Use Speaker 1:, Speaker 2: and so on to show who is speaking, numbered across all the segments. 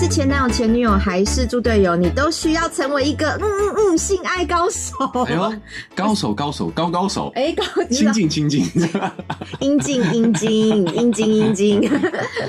Speaker 1: 是前男友、前女友，还是猪队友，你都需要成为一个嗯嗯嗯性爱高手。
Speaker 2: 哎呦，高手高手高高手，
Speaker 1: 哎、高级
Speaker 2: 亲
Speaker 1: 了，
Speaker 2: 近亲近。
Speaker 1: 阴茎阴茎阴茎阴 茎。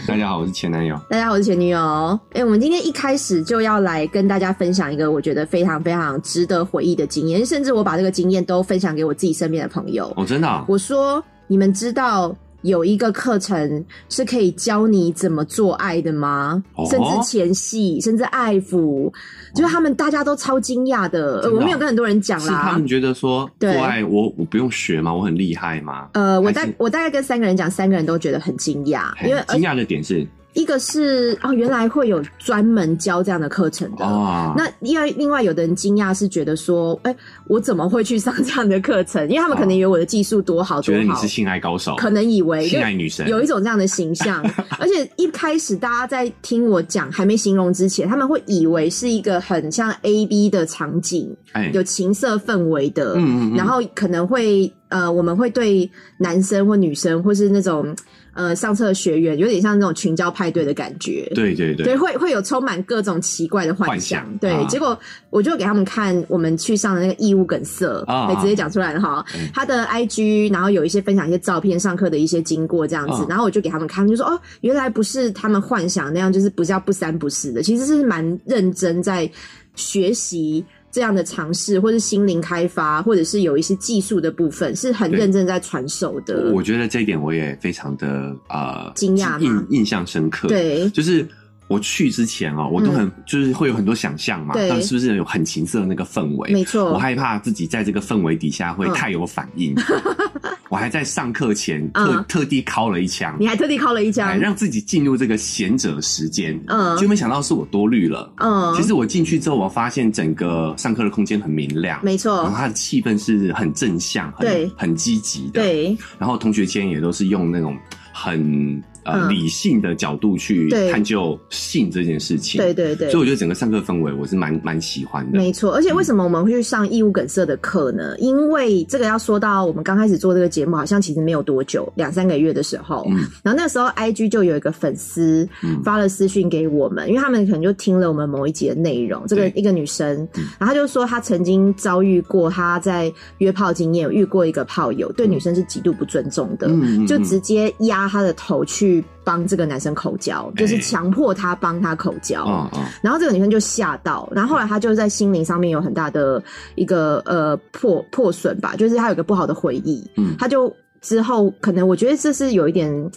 Speaker 2: 大家好，我是前男友。
Speaker 1: 大家好，我是前女友。哎、我们今天一开始就要来跟大家分享一个我觉得非常非常值得回忆的经验，甚至我把这个经验都分享给我自己身边的朋友。
Speaker 2: 哦，真的啊、
Speaker 1: 我说，你们知道有一个课程是可以教你怎么做爱的吗？
Speaker 2: 哦
Speaker 1: 甚至前戏，甚至爱抚，就是他们大家都超惊讶的。呃
Speaker 2: 真的啊
Speaker 1: 我没有跟很多人讲
Speaker 2: 是他
Speaker 1: 啦
Speaker 2: 们。觉得说做
Speaker 1: 对
Speaker 2: 爱我我不用学吗？我很厉害吗？
Speaker 1: 呃，我
Speaker 2: 还
Speaker 1: 大
Speaker 2: 是
Speaker 1: 我大概跟三个人讲，三个人都觉得很惊讶，
Speaker 2: 嘿
Speaker 1: 因为而呃
Speaker 2: 惊讶的点是
Speaker 1: 一个是哦，原来会有专门教这样的
Speaker 2: 哦
Speaker 1: 课程的。
Speaker 2: 啊，
Speaker 1: 那因为另外有的人惊讶是觉得说，哎、我怎么会去上这样的课程？因为他们可能以为我的技术多好多
Speaker 2: 哦觉得你
Speaker 1: 好
Speaker 2: 是，啊性爱高手，
Speaker 1: 可能以为就
Speaker 2: 性爱女神，
Speaker 1: 有一种这样的形 象。而且一开始大家在听我讲还没形容之前，他们会以为是一个很像 A B 的场景，
Speaker 2: 哎，
Speaker 1: 有情色氛围的。
Speaker 2: 嗯嗯嗯，
Speaker 1: 然后可能会呃，我们会对男生或女生，或是那种呃上册学员，有点像那种群交派对的感觉。
Speaker 2: 对对对，
Speaker 1: 对，会会有充满各种奇怪的幻
Speaker 2: 幻
Speaker 1: 想
Speaker 2: 想。
Speaker 1: 对，
Speaker 2: 啊
Speaker 1: 结果我就给他们看我们去上的那个义务梗塞，哎
Speaker 2: 啊
Speaker 1: 对，直接讲出来了哈
Speaker 2: 嗯。
Speaker 1: 他的 IG，然后有一些分享一些照片、上课的一些经过这样子
Speaker 2: 啊，
Speaker 1: 然后我就给他们看，就说哦，原来不是他们幻想那样，就是不是要不三不四的，其实是蛮认真在学习。这样的尝试，或是心灵开发，或者是有一些技术的部分，是很
Speaker 2: 对
Speaker 1: 认真在传授的。
Speaker 2: 我觉得这一点我也非常的呃
Speaker 1: 惊讶吗
Speaker 2: 印印象深刻。，
Speaker 1: 对嗯
Speaker 2: 就是我去之前哦，我都很、就是会有很多想象嘛，
Speaker 1: 对
Speaker 2: 到底是不是有很情色的那个氛围？
Speaker 1: 没错，
Speaker 2: 我害怕自己在这个氛围底下会
Speaker 1: 嗯
Speaker 2: 太有反 应，我还在上课前
Speaker 1: 嗯
Speaker 2: 特、特地敲了一枪
Speaker 1: 你，还特地敲了一枪
Speaker 2: 哎，，让自己进入这个贤者时间。
Speaker 1: 嗯
Speaker 2: 就没想到是我多虑了。
Speaker 1: 嗯，
Speaker 2: 其实我进去之后，我发现整个上课的空间很明亮，
Speaker 1: 没错，
Speaker 2: 然后它的气氛是很正向、
Speaker 1: 对
Speaker 2: 很很积极的。
Speaker 1: 对
Speaker 2: 然后同学间也都是用那种很呃、
Speaker 1: 嗯
Speaker 2: 理性的角度去
Speaker 1: 对
Speaker 2: 探究性这件事情。
Speaker 1: 对对对，
Speaker 2: 所以我觉得整个上课氛围我是蛮蛮喜欢的。
Speaker 1: 没错，而且为什么我们会去上义务梗塞的课呢？因为这个要说到我们刚开始做这个节目，好像其实没有多久，两三个月的时候，
Speaker 2: 嗯
Speaker 1: 然后那时候 IG 就有一个粉丝
Speaker 2: 嗯
Speaker 1: 发了私讯给我们，因为他们可能就听了我们某一集的内容，这个
Speaker 2: 对
Speaker 1: 一个女生
Speaker 2: 嗯，
Speaker 1: 然后她就说她曾经遭遇过她在约炮经验，有遇过一个炮友对女生是极度不尊重的，
Speaker 2: 嗯
Speaker 1: 就
Speaker 2: 嗯
Speaker 1: 直接压她的头去帮这个男生口交，就是
Speaker 2: 哎
Speaker 1: 强迫她帮他口交，
Speaker 2: 嗯嗯
Speaker 1: 然后这个女生就吓到，然后后来她就在心灵上面有很大的一个呃破破损吧，就是她有个不好的回忆，
Speaker 2: 嗯
Speaker 1: 她就之后可能我觉得这是有一点。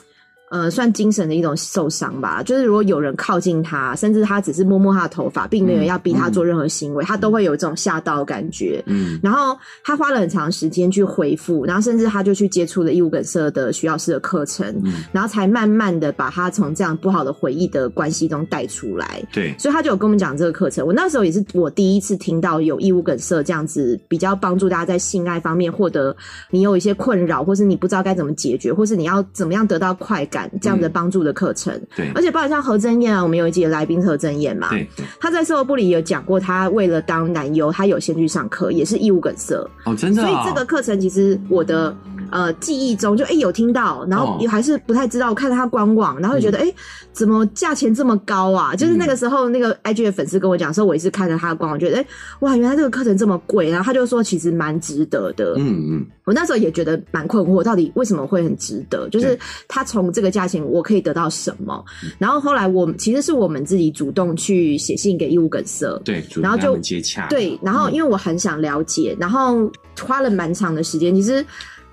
Speaker 1: 呃，算精神的一种受伤吧。就是如果有人靠近她，甚至她只是摸摸她的头发，并没有
Speaker 2: 嗯
Speaker 1: 要逼她做任何行为，她都会有这种吓到的感觉。
Speaker 2: 嗯
Speaker 1: 然后她花了很长时间去回复，然后甚至她就去接触了义务梗塞的徐老师的课程，
Speaker 2: 嗯，
Speaker 1: 然后才慢慢的把她从这样不好的回忆的关系中带出来。
Speaker 2: 对，
Speaker 1: 所以他就有跟我们讲这个课程。我那时候也是我第一次听到有义务梗塞这样子，比较帮助大家在性爱方面获得你有一些困扰，或是你不知道该怎么解决，或是你要怎么样得到快感这样的帮助的课程。
Speaker 2: 对
Speaker 1: 而且包括像何真燕啊，我们有一集的来宾何真燕嘛，
Speaker 2: 对对，
Speaker 1: 她在售后部里有讲过，她为了当男优，她有先去上课，也是义务梗塞。
Speaker 2: 哦，真的
Speaker 1: 所以
Speaker 2: 啊，
Speaker 1: 这个课程其实我的呃记忆中就哎、诶有听到，然后
Speaker 2: 哦嗯
Speaker 1: 也还是不太知道，我看了他官网，然后就觉得哎、诶怎么价钱这么高啊？就是那个时候那个 IG 的粉丝跟我讲的时候，我也是看了他的官网，觉得哎、诶哇，原来这个课程这么贵，然后他就说其实蛮值得的。
Speaker 2: 嗯嗯，
Speaker 1: 我那时候也觉得蛮困惑，到底为什么会很值得？就是
Speaker 2: 对嗯
Speaker 1: 他从这个价钱我可以得到什么？然后后来我们其实是我们自己主动去写信给义务梗塞，
Speaker 2: 对，主
Speaker 1: 然后
Speaker 2: 动跟他
Speaker 1: 就
Speaker 2: 们接洽，
Speaker 1: 对，然后
Speaker 2: 嗯
Speaker 1: 因为我很想了解，然后花了蛮长的时间。其实，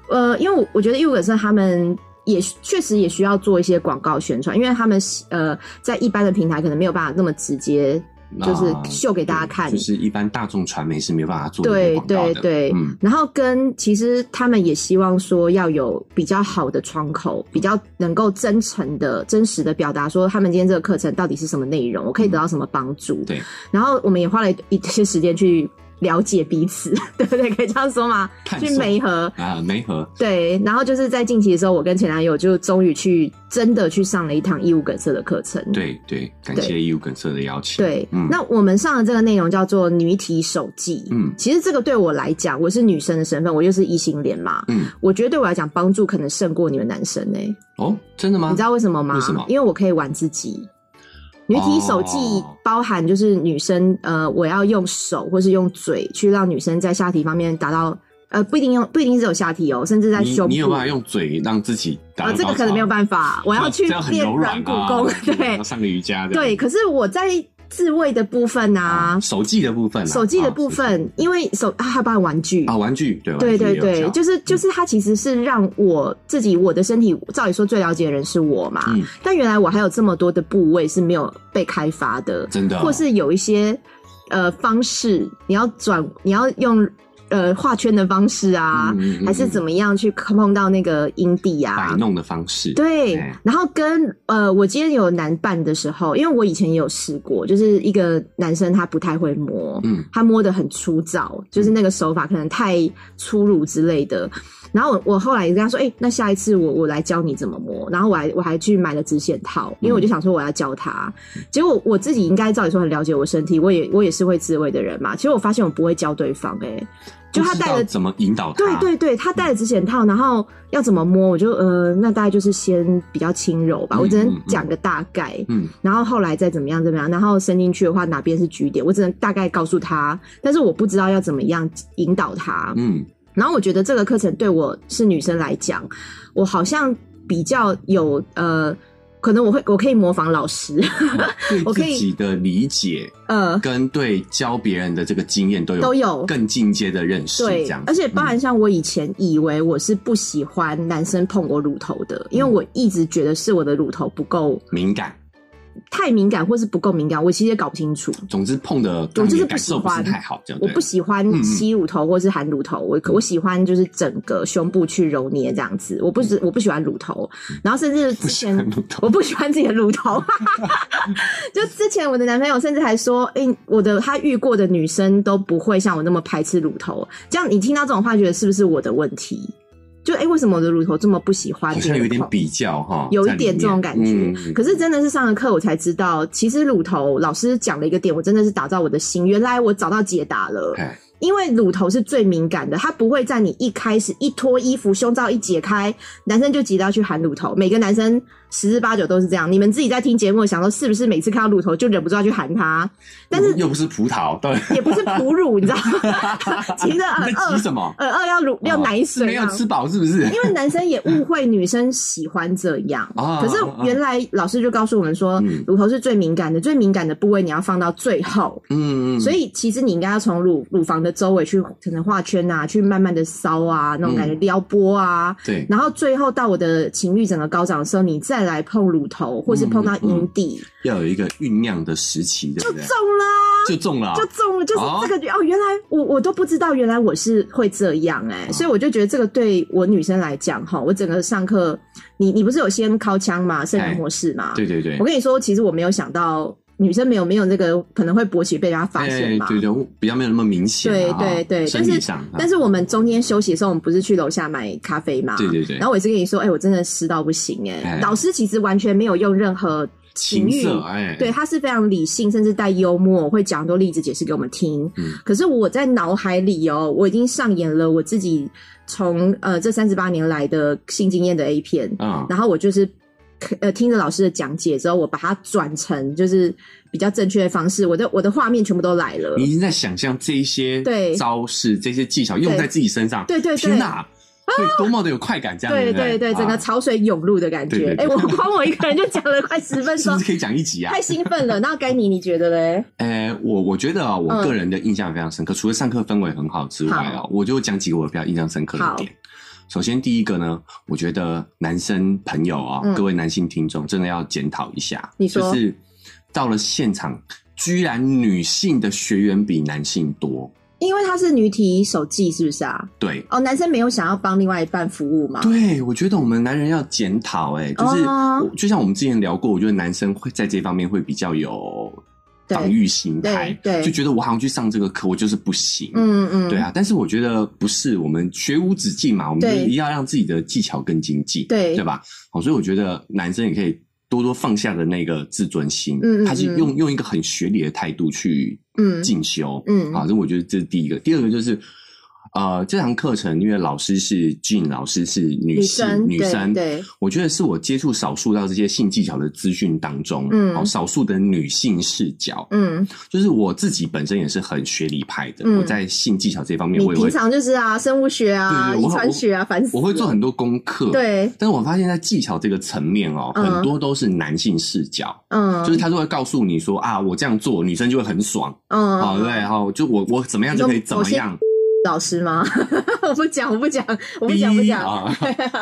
Speaker 1: 呃，因为我我觉得义务本身他们也确实也需要做一些广告宣传，因为他们呃在一般的平台可能没有办法那么直接就是
Speaker 2: 啊
Speaker 1: 秀给大家
Speaker 2: 对
Speaker 1: 看。
Speaker 2: 就是一般大众传媒是没办法做这
Speaker 1: 对
Speaker 2: 个广告
Speaker 1: 对
Speaker 2: 的
Speaker 1: 对，
Speaker 2: 嗯，
Speaker 1: 然后跟其实他们也希望说要有比较好的窗口，比较能够真诚的、真实的表达说他们今天这个课程到底是什么内容，我可以得到什么帮助。
Speaker 2: 嗯对，
Speaker 1: 然后我们也花了一些时间去了解彼此， 对不对？可以这样说吗？
Speaker 2: 探
Speaker 1: 去
Speaker 2: 索
Speaker 1: 媒合。
Speaker 2: 啊，媒合，
Speaker 1: 对，然后就是在近期的时候，我跟前男友就终于去真的去上了一堂义务梗塞的课程。
Speaker 2: 对对，感
Speaker 1: 对
Speaker 2: 谢义务梗塞的邀请，
Speaker 1: 对，
Speaker 2: 嗯
Speaker 1: 那我们上的这个内容叫做女体手记。
Speaker 2: 嗯
Speaker 1: 其实这个对我来讲，我是女生的身份，我又是异性恋嘛，
Speaker 2: 嗯，
Speaker 1: 我觉得对我来讲帮助可能胜过你们男生呢、
Speaker 2: 哦，真的吗？
Speaker 1: 你知道为什么吗？
Speaker 2: 为什么
Speaker 1: 因为我可以玩自己。女体手技
Speaker 2: 哦
Speaker 1: 包含就是女生呃，我要用手或是用嘴去让女生在下体方面达到呃，不一定用不一定只有下体哦，甚至在
Speaker 2: 你
Speaker 1: 胸部。
Speaker 2: 你有办法用嘴让自己打
Speaker 1: 啊，
Speaker 2: 到高潮？
Speaker 1: 这个可能没有办法，我要去
Speaker 2: 这样很
Speaker 1: 练
Speaker 2: 柔
Speaker 1: 软
Speaker 2: 软
Speaker 1: 骨
Speaker 2: 啊
Speaker 1: 功， 对
Speaker 2: 要上个瑜伽这样哦
Speaker 1: 对。可是我在自慰的部分啊，
Speaker 2: 手技的部分啊，
Speaker 1: 手机的
Speaker 2: 啊
Speaker 1: 部
Speaker 2: 手
Speaker 1: 分，因为手啊还包含玩具
Speaker 2: 技啊，玩具对
Speaker 1: 对对对，就是是
Speaker 2: 嗯
Speaker 1: 就是它其实是让我自己我的身体，照理说最了解的人是我嘛，
Speaker 2: 嗯
Speaker 1: 但原来我还有这么多的部位是没有被开发的，
Speaker 2: 真的哦，
Speaker 1: 或是有一些呃方式，你要转，你要用呃画圈的方式啊，
Speaker 2: 嗯嗯嗯
Speaker 1: 还是怎么样去碰到那个阴蒂啊
Speaker 2: 摆，弄的方式，
Speaker 1: 对
Speaker 2: 哎，
Speaker 1: 然后跟呃，我今天有男伴的时候，因为我以前也有试过，就是一个男生他不太会摸，
Speaker 2: 嗯
Speaker 1: 他摸的很粗糙，就是那个手法可能太粗鲁之类的。然后我我后来也跟他说，哎、那下一次我我来教你怎么摸。然后我还我还去买了止血套，
Speaker 2: 嗯
Speaker 1: 因为我就想说我要教他。结果我自己应该照理说很了解我身体，我也我也是会自慰的人嘛。其实我发现我不会教对方、哎，就他
Speaker 2: 不知
Speaker 1: 带
Speaker 2: 道
Speaker 1: 了
Speaker 2: 怎么引导他，
Speaker 1: 对对对，他戴了止血套，然后要怎么摸，我就呃，那大概就是先比较轻柔吧，
Speaker 2: 嗯
Speaker 1: 我只能讲个大概，
Speaker 2: 嗯，
Speaker 1: 然后后来再怎么样怎么样，然后伸进去的话哪边是局点，我只能大概告诉他，但是我不知道要怎么样引导他。
Speaker 2: 嗯
Speaker 1: 然后我觉得这个课程对我是女生来讲，我好像比较有呃，可能我会我可以模仿老师，
Speaker 2: 嗯，
Speaker 1: 我可
Speaker 2: 对
Speaker 1: 以
Speaker 2: 自己的理解
Speaker 1: 呃，
Speaker 2: 跟对教别人的这个经验都有
Speaker 1: 都有
Speaker 2: 更进阶的认识，
Speaker 1: 对
Speaker 2: 这样，子，
Speaker 1: 而且包
Speaker 2: 嗯
Speaker 1: 含像我以前以为我是不喜欢男生碰我乳头的，
Speaker 2: 嗯
Speaker 1: 因为我一直觉得是我的乳头不够
Speaker 2: 敏感，
Speaker 1: 太敏感，或是不够敏感，我其实也搞不清楚。
Speaker 2: 总之碰的
Speaker 1: 我就是不
Speaker 2: 感
Speaker 1: 喜
Speaker 2: 受
Speaker 1: 欢
Speaker 2: 不是太好，这样
Speaker 1: 我
Speaker 2: 对嗯
Speaker 1: 不喜欢
Speaker 2: 嗯嗯
Speaker 1: 吸乳头或是含乳头，我我喜欢就是整个胸部去揉捏这样子。我不是我不喜欢乳头，然后甚至之前
Speaker 2: 嗯 不喜欢乳头
Speaker 1: 我不喜欢自己的乳头。 就之前我的男朋友甚至还说，哎、我的他遇过的女生都不会像我那么排斥乳头。这样你听到这种话，觉得是不是我的问题？就哎、诶为什么我的乳头这么不喜欢？
Speaker 2: 好像有点比较哈，
Speaker 1: 有一
Speaker 2: 在里
Speaker 1: 点这种
Speaker 2: 面
Speaker 1: 感觉。
Speaker 2: 嗯嗯
Speaker 1: 可是真的是上了课，我才知道，其实乳头老师讲了一个点，我真的是打到我的心。原来我找到解答了，
Speaker 2: 哎
Speaker 1: 因为乳头是最敏感的，它不会在你一开始一脱衣服、胸罩一解开，男生就急着要去含乳头。每个男生十之八九都是这样。你们自己在听节目，想说是不是每次看到乳头就忍不住要去含它？但是
Speaker 2: 又不是葡萄，对，
Speaker 1: 也不是哺乳，你知道吗？ 急着
Speaker 2: 你
Speaker 1: 耳
Speaker 2: 在急
Speaker 1: 饿，
Speaker 2: 什么？
Speaker 1: 耳饿要乳要
Speaker 2: 哦
Speaker 1: 奶
Speaker 2: 是
Speaker 1: 水
Speaker 2: 没
Speaker 1: 这
Speaker 2: 有
Speaker 1: 样，
Speaker 2: 吃饱是不是？。
Speaker 1: 因为男生也误会女生喜欢这样
Speaker 2: 啊
Speaker 1: 可是原来老师就告诉我们说
Speaker 2: 嗯，
Speaker 1: 乳头是最敏感的，最敏感的部位你要放到最后。
Speaker 2: 嗯，嗯
Speaker 1: 所以其实你应该要从乳乳房的周围去，可能画圈啊，去慢慢的搔啊，那种感觉
Speaker 2: 嗯
Speaker 1: 撩拨啊，
Speaker 2: 对，
Speaker 1: 然后最后到我的情欲整个高涨的时候，你再来碰乳头，或是碰到阴
Speaker 2: 嗯
Speaker 1: 蒂，
Speaker 2: 要有一个酝酿的时期，对
Speaker 1: 就
Speaker 2: 不
Speaker 1: 中
Speaker 2: 对？
Speaker 1: 啦。
Speaker 2: 就中了啊，
Speaker 1: 就中了，就是这个觉哦原来我我都不知道，原来我是会这样哎、
Speaker 2: 哦
Speaker 1: 所以我就觉得这个对我女生来讲哈，我整个上课，你你不是有先敲枪嘛，圣人模式嘛？
Speaker 2: 哎对对对
Speaker 1: 我，跟你说，其实我没有想到女生没有没有那个可能会勃起被人家发现
Speaker 2: 哎
Speaker 1: 嘛。
Speaker 2: 对对，我比较没有那么明显啊，
Speaker 1: 对对对
Speaker 2: 生
Speaker 1: 但
Speaker 2: 理
Speaker 1: 是
Speaker 2: 上啊，
Speaker 1: 但是我们中间休息的时候，我们不是去楼下买咖啡嘛？
Speaker 2: 对对对
Speaker 1: 然后我也是跟你说，哎、我真的湿到不行哎、
Speaker 2: 哎
Speaker 1: 老师其实完全没有用任何情
Speaker 2: 情
Speaker 1: 欲
Speaker 2: 色，哎，
Speaker 1: 对，他是非常理性，甚至带幽默，会讲很多例子解释给我们听。
Speaker 2: 嗯
Speaker 1: 可是我在脑海里哦，我已经上演了我自己从呃这三十八年来的性经验的 A 片，
Speaker 2: 啊，
Speaker 1: 然后我就是呃听着老师的讲解之后，我把它转成就是比较正确的方式，我的我的画面全部都来了。
Speaker 2: 你已经在想象这一些
Speaker 1: 对
Speaker 2: 招式、这些技巧用在自己身上，
Speaker 1: 对对对
Speaker 2: 天哪，会多么的有快感，这样
Speaker 1: 对
Speaker 2: 不对
Speaker 1: 对对，整
Speaker 2: 啊
Speaker 1: 个潮水涌入的感觉
Speaker 2: 对。
Speaker 1: 哎、
Speaker 2: 对对
Speaker 1: 我光我一个人就讲了快十分
Speaker 2: 是
Speaker 1: 钟
Speaker 2: 不，是可以讲一集啊
Speaker 1: 太？兴奋了。那该你，你觉得嘞？
Speaker 2: 哎，我我觉得啊，我
Speaker 1: 嗯
Speaker 2: 个人的印象非常深刻，除了上课氛围很好之外啊
Speaker 1: 好，
Speaker 2: 我就讲几个我比较印象深刻的
Speaker 1: 好
Speaker 2: 点。首先，第一个呢，我觉得男生朋友啊，
Speaker 1: 嗯
Speaker 2: 各位男性听众真的要检讨一下，
Speaker 1: 你说
Speaker 2: 就是到了现场，居然女性的学员比男性多，
Speaker 1: 因为它是女体手记，是不是啊？
Speaker 2: 对，
Speaker 1: 哦，男生没有想要帮另外一半服务嘛？
Speaker 2: 对，我觉得我们男人要检讨，哎，就是、
Speaker 1: 哦
Speaker 2: 我就像我们之前聊过，我觉得男生会在这方面会比较有
Speaker 1: 对
Speaker 2: 防御心态，
Speaker 1: 对对
Speaker 2: 就觉得我好像去上这个课，我就是不行，
Speaker 1: 嗯嗯，
Speaker 2: 对啊。但是我觉得不是，我们学无止境嘛，我们就
Speaker 1: 对
Speaker 2: 是一定要让自己的技巧更精进，
Speaker 1: 对
Speaker 2: 对吧？好，所以我觉得男生也可以多多放下的那个自尊心，
Speaker 1: 嗯嗯
Speaker 2: 他是
Speaker 1: 嗯
Speaker 2: 用用一个很学理的态度去
Speaker 1: 嗯
Speaker 2: 进修，啊
Speaker 1: 嗯
Speaker 2: 好，这我觉得这是第一个。第二个就是，呃，这堂课程因为老师是 Jean 老师是女性
Speaker 1: 女
Speaker 2: 女生，
Speaker 1: 对，
Speaker 2: 我觉得是我接触少数到这些性技巧的资讯当中，
Speaker 1: 嗯
Speaker 2: 哦，少数的女性视角，
Speaker 1: 嗯，
Speaker 2: 就是我自己本身也是很学理派的，
Speaker 1: 嗯
Speaker 2: 我在性技巧这方面
Speaker 1: 你
Speaker 2: 我也
Speaker 1: 平
Speaker 2: 会，
Speaker 1: 常就是啊，生物学啊，
Speaker 2: 对对
Speaker 1: 遗
Speaker 2: 我
Speaker 1: 传学啊，烦死
Speaker 2: 我会做
Speaker 1: 了
Speaker 2: 很多功课，。
Speaker 1: 对，
Speaker 2: 但是我发现，在技巧这个层面哦，
Speaker 1: 嗯
Speaker 2: 很多都是男性视角，
Speaker 1: 嗯，
Speaker 2: 就是他都会告诉你说啊，我这样做女生就会很爽，
Speaker 1: 嗯，
Speaker 2: 哦，对，哦，就我我怎么样就可以怎么样，
Speaker 1: 老师吗？ 我不讲，我不讲，我不讲，
Speaker 2: 逼
Speaker 1: 不讲。
Speaker 2: 啊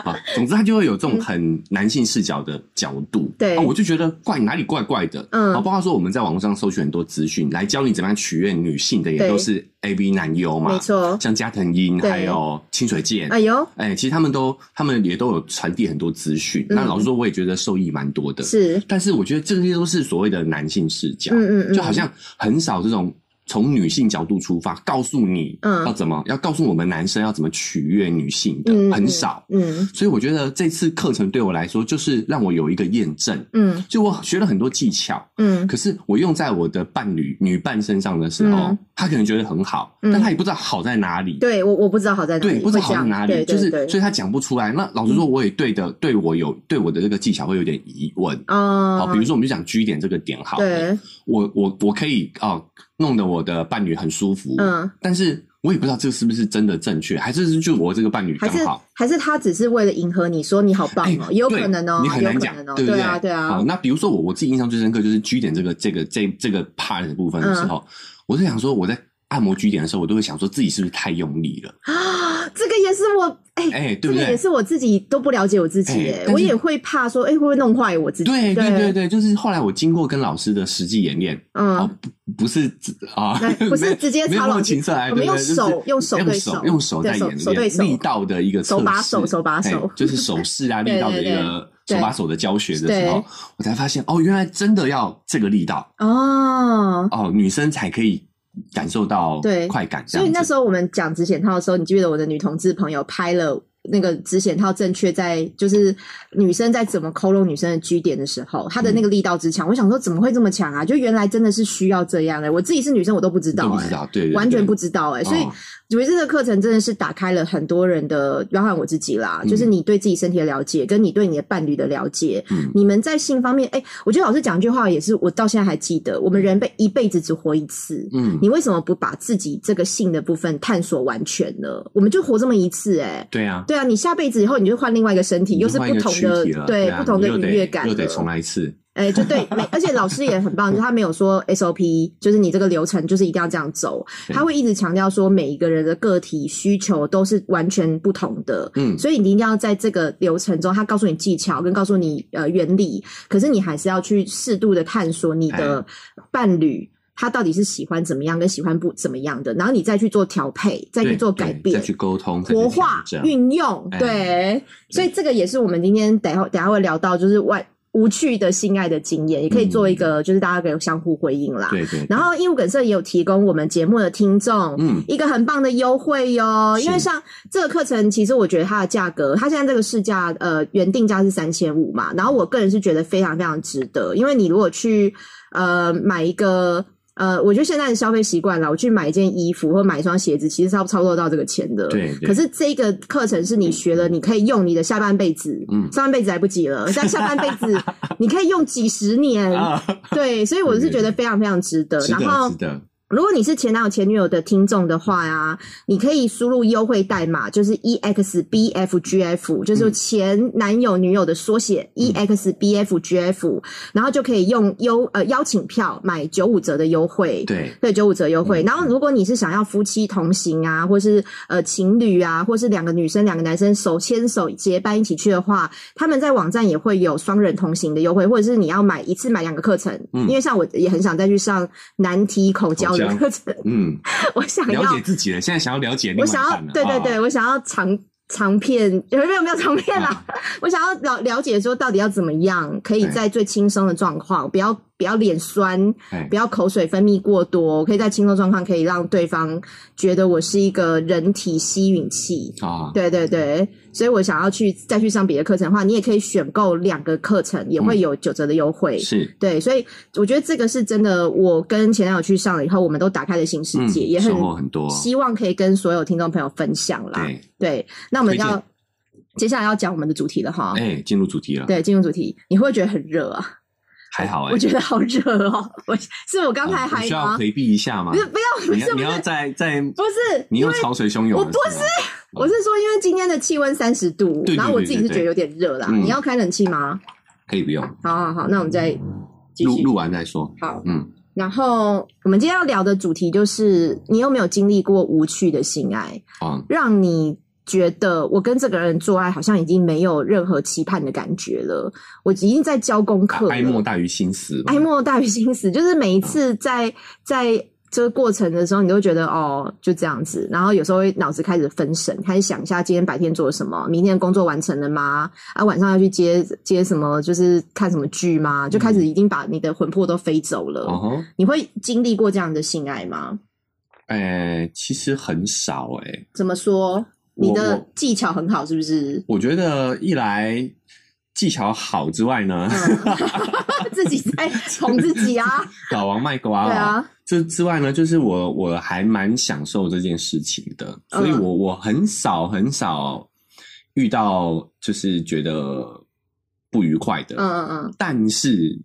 Speaker 2: 啊，总之他就会有这种
Speaker 1: 嗯
Speaker 2: 很男性视角的角度，
Speaker 1: 对
Speaker 2: 啊我就觉得怪哪里怪怪的，
Speaker 1: 嗯
Speaker 2: 啊包括说我们在网络上搜寻很多资讯来教你怎么样取悦女性的，也
Speaker 1: 对
Speaker 2: 都是 A B 男优嘛
Speaker 1: 没，错。
Speaker 2: 像加藤鹰
Speaker 1: 对
Speaker 2: 还有清水健。
Speaker 1: 哎呦，
Speaker 2: 哎、其实他们都，他们也都有传递很多资讯。
Speaker 1: 嗯
Speaker 2: 那老实说，我也觉得受益蛮多的。
Speaker 1: 是，
Speaker 2: 但是我觉得这些都是所谓的男性视角，
Speaker 1: 嗯嗯嗯，
Speaker 2: 就好像很少这种从女性角度出发，告诉你
Speaker 1: 嗯
Speaker 2: 要怎么，要告诉我们男生要怎么取悦女性的，
Speaker 1: 嗯
Speaker 2: 很少。
Speaker 1: 嗯
Speaker 2: 所以我觉得这次课程对我来说，就是让我有一个验证。
Speaker 1: 嗯
Speaker 2: 就我学了很多技巧，
Speaker 1: 嗯，
Speaker 2: 可是我用在我的伴侣、女伴身上的时候，
Speaker 1: 嗯
Speaker 2: 她可能觉得很好，
Speaker 1: 嗯
Speaker 2: 但她也不知道好在哪里。
Speaker 1: 对我我不知道好在哪里，
Speaker 2: 对，不知道好
Speaker 1: 会
Speaker 2: 在
Speaker 1: 这样
Speaker 2: 哪里，
Speaker 1: 对
Speaker 2: 就
Speaker 1: 对
Speaker 2: 是
Speaker 1: 对嗯
Speaker 2: 所以她讲不出来。那老实说，我也对的，对我有对我的这个技巧会有点疑问。
Speaker 1: 哦，
Speaker 2: 好，比如说我们就讲 G 点这个点好了，
Speaker 1: 对，
Speaker 2: 我我我可以哦，弄得我的伴侣很舒服，
Speaker 1: 嗯，
Speaker 2: 但是我也不知道这是不是真的正确，还是就我这个伴侣
Speaker 1: 还
Speaker 2: 刚
Speaker 1: 是
Speaker 2: 好。
Speaker 1: 还是他只是为了迎合你说你好棒哦，
Speaker 2: 哎
Speaker 1: 也有
Speaker 2: 对
Speaker 1: 可能哦，
Speaker 2: 你很
Speaker 1: 有
Speaker 2: 难
Speaker 1: 可
Speaker 2: 讲
Speaker 1: 能，哦，
Speaker 2: 对不
Speaker 1: 对啊对
Speaker 2: 好
Speaker 1: 啊，
Speaker 2: 那比如说我我自己印象最深刻就是 G 点这个这个这这个 part 的部分的时候，我是想说我在按摩 G 点的时候，我都会想说自己是不是太用力了，
Speaker 1: 啊，这个也是我哎。
Speaker 2: 哎，
Speaker 1: 这
Speaker 2: 对
Speaker 1: 个
Speaker 2: 不
Speaker 1: 也
Speaker 2: 对？
Speaker 1: 是我自己都不了解我自己
Speaker 2: 哎
Speaker 1: 哎
Speaker 2: 但，是
Speaker 1: 我也会怕说，哎，会不会弄坏我自己？
Speaker 2: 对对对，对，就是后来我经过跟老师的实际演练，哦
Speaker 1: 嗯，，
Speaker 2: 不不是啊
Speaker 1: 那，不是
Speaker 2: 没
Speaker 1: 直接
Speaker 2: 没有
Speaker 1: 插
Speaker 2: 那么
Speaker 1: 老
Speaker 2: 情
Speaker 1: 师，
Speaker 2: 色癌，
Speaker 1: 我们
Speaker 2: 对
Speaker 1: 用
Speaker 2: 对就是
Speaker 1: 手用手
Speaker 2: 用
Speaker 1: 对
Speaker 2: 手
Speaker 1: 手
Speaker 2: 用手
Speaker 1: 对
Speaker 2: 在
Speaker 1: 手
Speaker 2: 演
Speaker 1: 手对
Speaker 2: 练
Speaker 1: 手
Speaker 2: 力道的一个
Speaker 1: 手把
Speaker 2: 测试
Speaker 1: 手手把
Speaker 2: 哎
Speaker 1: 手
Speaker 2: 就是手 势啊，
Speaker 1: 对
Speaker 2: 力道的
Speaker 1: 对
Speaker 2: 一个
Speaker 1: 对
Speaker 2: 手把手的教学的时
Speaker 1: 对
Speaker 2: 候，我才发现哦，原来真的要这个力道
Speaker 1: 哦，
Speaker 2: 哦，女生才可以感受到
Speaker 1: 对
Speaker 2: 快感这
Speaker 1: 所以
Speaker 2: 样
Speaker 1: 那
Speaker 2: 子。
Speaker 1: 时候我们讲指显套的时候，你记不记得我的女同志朋友拍了那个指显套正确在就是女生在怎么抠弄女生的 G 点的时候，她的
Speaker 2: 嗯
Speaker 1: 那个力道之强，我想说怎么会这么强啊？就原来真的是需要这样哎、我自己是女生我都不知道
Speaker 2: 都不
Speaker 1: 哎、
Speaker 2: 知道，对，对
Speaker 1: 完全
Speaker 2: 对
Speaker 1: 不知道哎、所以
Speaker 2: 哦
Speaker 1: 我觉得这个课程真的是打开了很多人的，包含我自己啦，
Speaker 2: 嗯
Speaker 1: 就是你对自己身体的了解，跟你对你的伴侣的了解，
Speaker 2: 嗯
Speaker 1: 你们在性方面，哎、我觉得老师讲一句话也是我到现在还记得，我们人被一辈子只活一次，
Speaker 2: 嗯，
Speaker 1: 你为什么不把自己这个性的部分探索完全呢？我们就活这么一次、欸，哎，
Speaker 2: 对啊，
Speaker 1: 对啊，你下辈子以后你就换另外一个身体，
Speaker 2: 你
Speaker 1: 又
Speaker 2: 就是换
Speaker 1: 不
Speaker 2: 一个
Speaker 1: 同
Speaker 2: 躯
Speaker 1: 的
Speaker 2: 体了
Speaker 1: 对
Speaker 2: 对啊
Speaker 1: 不同
Speaker 2: 你
Speaker 1: 的
Speaker 2: 又
Speaker 1: 愉
Speaker 2: 得
Speaker 1: 悦感
Speaker 2: 又
Speaker 1: 了，
Speaker 2: 得重来一次。
Speaker 1: 哎、就对，没，而且老师也很 棒，就他没有说 SOP，就是你这个流程就是一定要这样走，
Speaker 2: 对
Speaker 1: 他会一直强调说每一个人的个体需求都是完全不同的，
Speaker 2: 嗯
Speaker 1: 所以你一定要在这个流程中，他告诉你技巧跟告诉你呃原理，可是你还是要去适度的探索你的
Speaker 2: 哎
Speaker 1: 伴侣。他到底是喜欢怎么样，跟喜欢不怎么样的，然后你再去做调配，再
Speaker 2: 对，
Speaker 1: 去做改
Speaker 2: 对
Speaker 1: 变
Speaker 2: 再，去沟通，再去
Speaker 1: 活化
Speaker 2: 调整
Speaker 1: 运用，
Speaker 2: 哎
Speaker 1: 对，所以这个也是我们今天等一下等一下会聊到，就是外无趣的性爱的经验，也可以做一个就是大家可以相互回应啦。
Speaker 2: 嗯对对。对
Speaker 1: 然后义务梗社也有提供我们节目的听众。
Speaker 2: 嗯，
Speaker 1: 一个很棒的优惠哟，
Speaker 2: 是
Speaker 1: 因为像这个课程，其实我觉得它的价格，它现在这个市价，呃，原定价是三千五嘛，然后我个人是觉得非常非常值得，因为你如果去呃买一个呃，我觉得现在的消费习惯啦，我去买一件衣服或买一双鞋子，其实差不差不多到这个钱的，
Speaker 2: 对对
Speaker 1: 可是这个课程是你学了，你可以用你的下半辈子，
Speaker 2: 嗯
Speaker 1: 上半辈子来不及了，但下半辈子你可以用几十年，
Speaker 2: 啊，
Speaker 1: 对，所以我是觉得非常非常值得。
Speaker 2: 值
Speaker 1: 然后
Speaker 2: 得值得，
Speaker 1: 如果你是前男友、前女友的听众的话呀、你可以输入优惠代码，就是 E EXBFGF，就是前男友、女友的缩写、EXBFGF，然后就可以用优呃邀请票买九五折的优惠。
Speaker 2: 对，
Speaker 1: 对九五折优惠。
Speaker 2: 嗯
Speaker 1: 然后，如果你是想要夫妻同行啊，或是呃情侣啊，或是两个女生、两个男生手牵手结伴一起去的话，他们在网站也会有双人同行的优惠，或者是你要买一次买两个课程。
Speaker 2: 嗯
Speaker 1: 因为像我也很想再去上难题口交的
Speaker 2: 口交
Speaker 1: 课程，
Speaker 2: 嗯，
Speaker 1: 我想
Speaker 2: 了
Speaker 1: 要
Speaker 2: 解自己了，现在想要了解另
Speaker 1: 我
Speaker 2: 外一
Speaker 1: 想要
Speaker 2: 半了，
Speaker 1: 对对
Speaker 2: 啊
Speaker 1: 对，我想要长长片， 有没有没有长 片啦？我想要了了解说到底要怎么样，可以
Speaker 2: 嗯对
Speaker 1: 在最轻松的状况，不要不要脸酸，
Speaker 2: 哎
Speaker 1: 不，要口水分泌过多，我可以在轻松状况可以让对方觉得我是一个人体吸吮器。
Speaker 2: 啊，
Speaker 1: 对对对，所以我想要去再去上别的课程的话，你也可以选购两个课程，也会有九折的优惠。
Speaker 2: 嗯是，
Speaker 1: 对，所以我觉得这个是真的。我跟前男友去上了以后，我们都打开了新世
Speaker 2: 嗯，
Speaker 1: 界，也很
Speaker 2: 收获很多，
Speaker 1: 希望可以跟所有听众朋友分享啦。
Speaker 2: 对，
Speaker 1: 对，那我们
Speaker 2: 推荐
Speaker 1: 要接下来要讲我们的主题了哈。
Speaker 2: 哎，进入主题了，
Speaker 1: 啊对，进入主题，你会不会觉得很热啊？
Speaker 2: 还好哎，
Speaker 1: 我觉得好热哦！ 我是我刚才
Speaker 2: 啊我
Speaker 1: 还
Speaker 2: 需要
Speaker 1: 吗？
Speaker 2: 回避一下吗
Speaker 1: 不？是，不要，不
Speaker 2: 你
Speaker 1: 是，
Speaker 2: 要
Speaker 1: 不
Speaker 2: 你要
Speaker 1: 是，
Speaker 2: 再再，
Speaker 1: 不是，
Speaker 2: 你
Speaker 1: 因
Speaker 2: 又
Speaker 1: 为
Speaker 2: 潮水汹涌
Speaker 1: 我
Speaker 2: 了，
Speaker 1: 不
Speaker 2: 吗，
Speaker 1: 我是说，因为今天的气温三十度
Speaker 2: 对，对
Speaker 1: 然后我自己是
Speaker 2: 对对
Speaker 1: 觉得有点热啦。
Speaker 2: 嗯
Speaker 1: 你要开冷气吗？
Speaker 2: 可以不用，
Speaker 1: 好好好，那我们再继
Speaker 2: 录
Speaker 1: 续。
Speaker 2: 录完再说，
Speaker 1: 好，
Speaker 2: 嗯，
Speaker 1: 然后我们今天要聊的主题就是，你有没有经历过无趣的性爱，
Speaker 2: 啊，
Speaker 1: 让你觉得我跟这个人做爱好像已经没有任何期盼的感觉了，我已经在交功课了。
Speaker 2: 哀莫大于心死吧，
Speaker 1: 哀莫大于心死，就是每一次在在这个过程的时候，你都觉得哦就这样子，然后有时候会脑子开始分神，开始想一下今天白天做了什么，明天工作完成了吗？啊，晚上要去接接什么，就是看什么剧吗？就开始已经把你的魂魄都飞走了。
Speaker 2: 哦吼，
Speaker 1: 你会经历过这样的性爱吗？
Speaker 2: 哎，其实很少哎，
Speaker 1: 怎么说？
Speaker 2: 我
Speaker 1: 你的
Speaker 2: 我
Speaker 1: 技巧很好，是不是？
Speaker 2: 我觉得一来技巧好之外呢，
Speaker 1: 嗯 自己在哄自己啊，
Speaker 2: 老王卖瓜了。
Speaker 1: 对啊，
Speaker 2: 这之外呢，就是我我还蛮享受这件事情的，
Speaker 1: 嗯
Speaker 2: 所以我我很少很少遇到就是觉得不愉快的。
Speaker 1: 嗯嗯嗯，
Speaker 2: 但是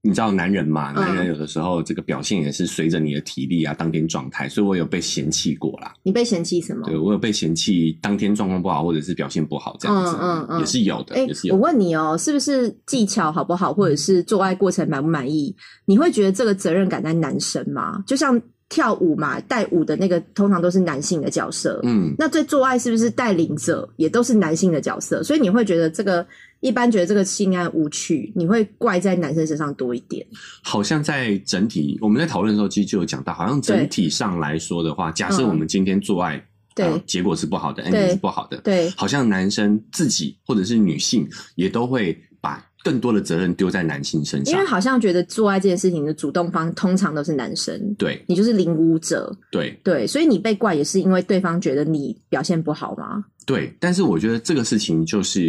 Speaker 2: 你知道男人嘛，
Speaker 1: 嗯
Speaker 2: 男人有的时候这个表现也是随着你的体力啊、当天状态，所以我有被嫌弃过啦。
Speaker 1: 你被嫌弃什么？
Speaker 2: 对我有被嫌弃当天状况不好，或者是表现不好这样子，
Speaker 1: 嗯嗯嗯
Speaker 2: 也是有的，
Speaker 1: 哎、
Speaker 2: 也是
Speaker 1: 我
Speaker 2: 有的。
Speaker 1: 问你哦，是不是技巧好不好，或者是做爱过程满不满意？你会觉得这个责任感在男生吗？就像跳舞嘛，带舞的那个通常都是男性的角色，
Speaker 2: 嗯，
Speaker 1: 那对做爱是不是带领者也都是男性的角色？所以你会觉得这个一般觉得这个性爱无趣，你会怪在男生身上多一点。
Speaker 2: 好像在整体我们在讨论的时候，其实就有讲到，好像整体上来说的话，假设我们今天做爱，
Speaker 1: 嗯对、
Speaker 2: 呃结果是不好的
Speaker 1: 对
Speaker 2: ，ending 是不好的，
Speaker 1: 对，
Speaker 2: 好像男生自己或者是女性也都会把更多的责任丢在男性身
Speaker 1: 因
Speaker 2: 上
Speaker 1: 为。好像觉得做爱这件事情的主动方通常都是男生，
Speaker 2: 对
Speaker 1: 你就是领舞者，
Speaker 2: 对
Speaker 1: 对，所以你被怪也是因为对方觉得你表现不好吗？
Speaker 2: 对，但是我觉得这个事情就是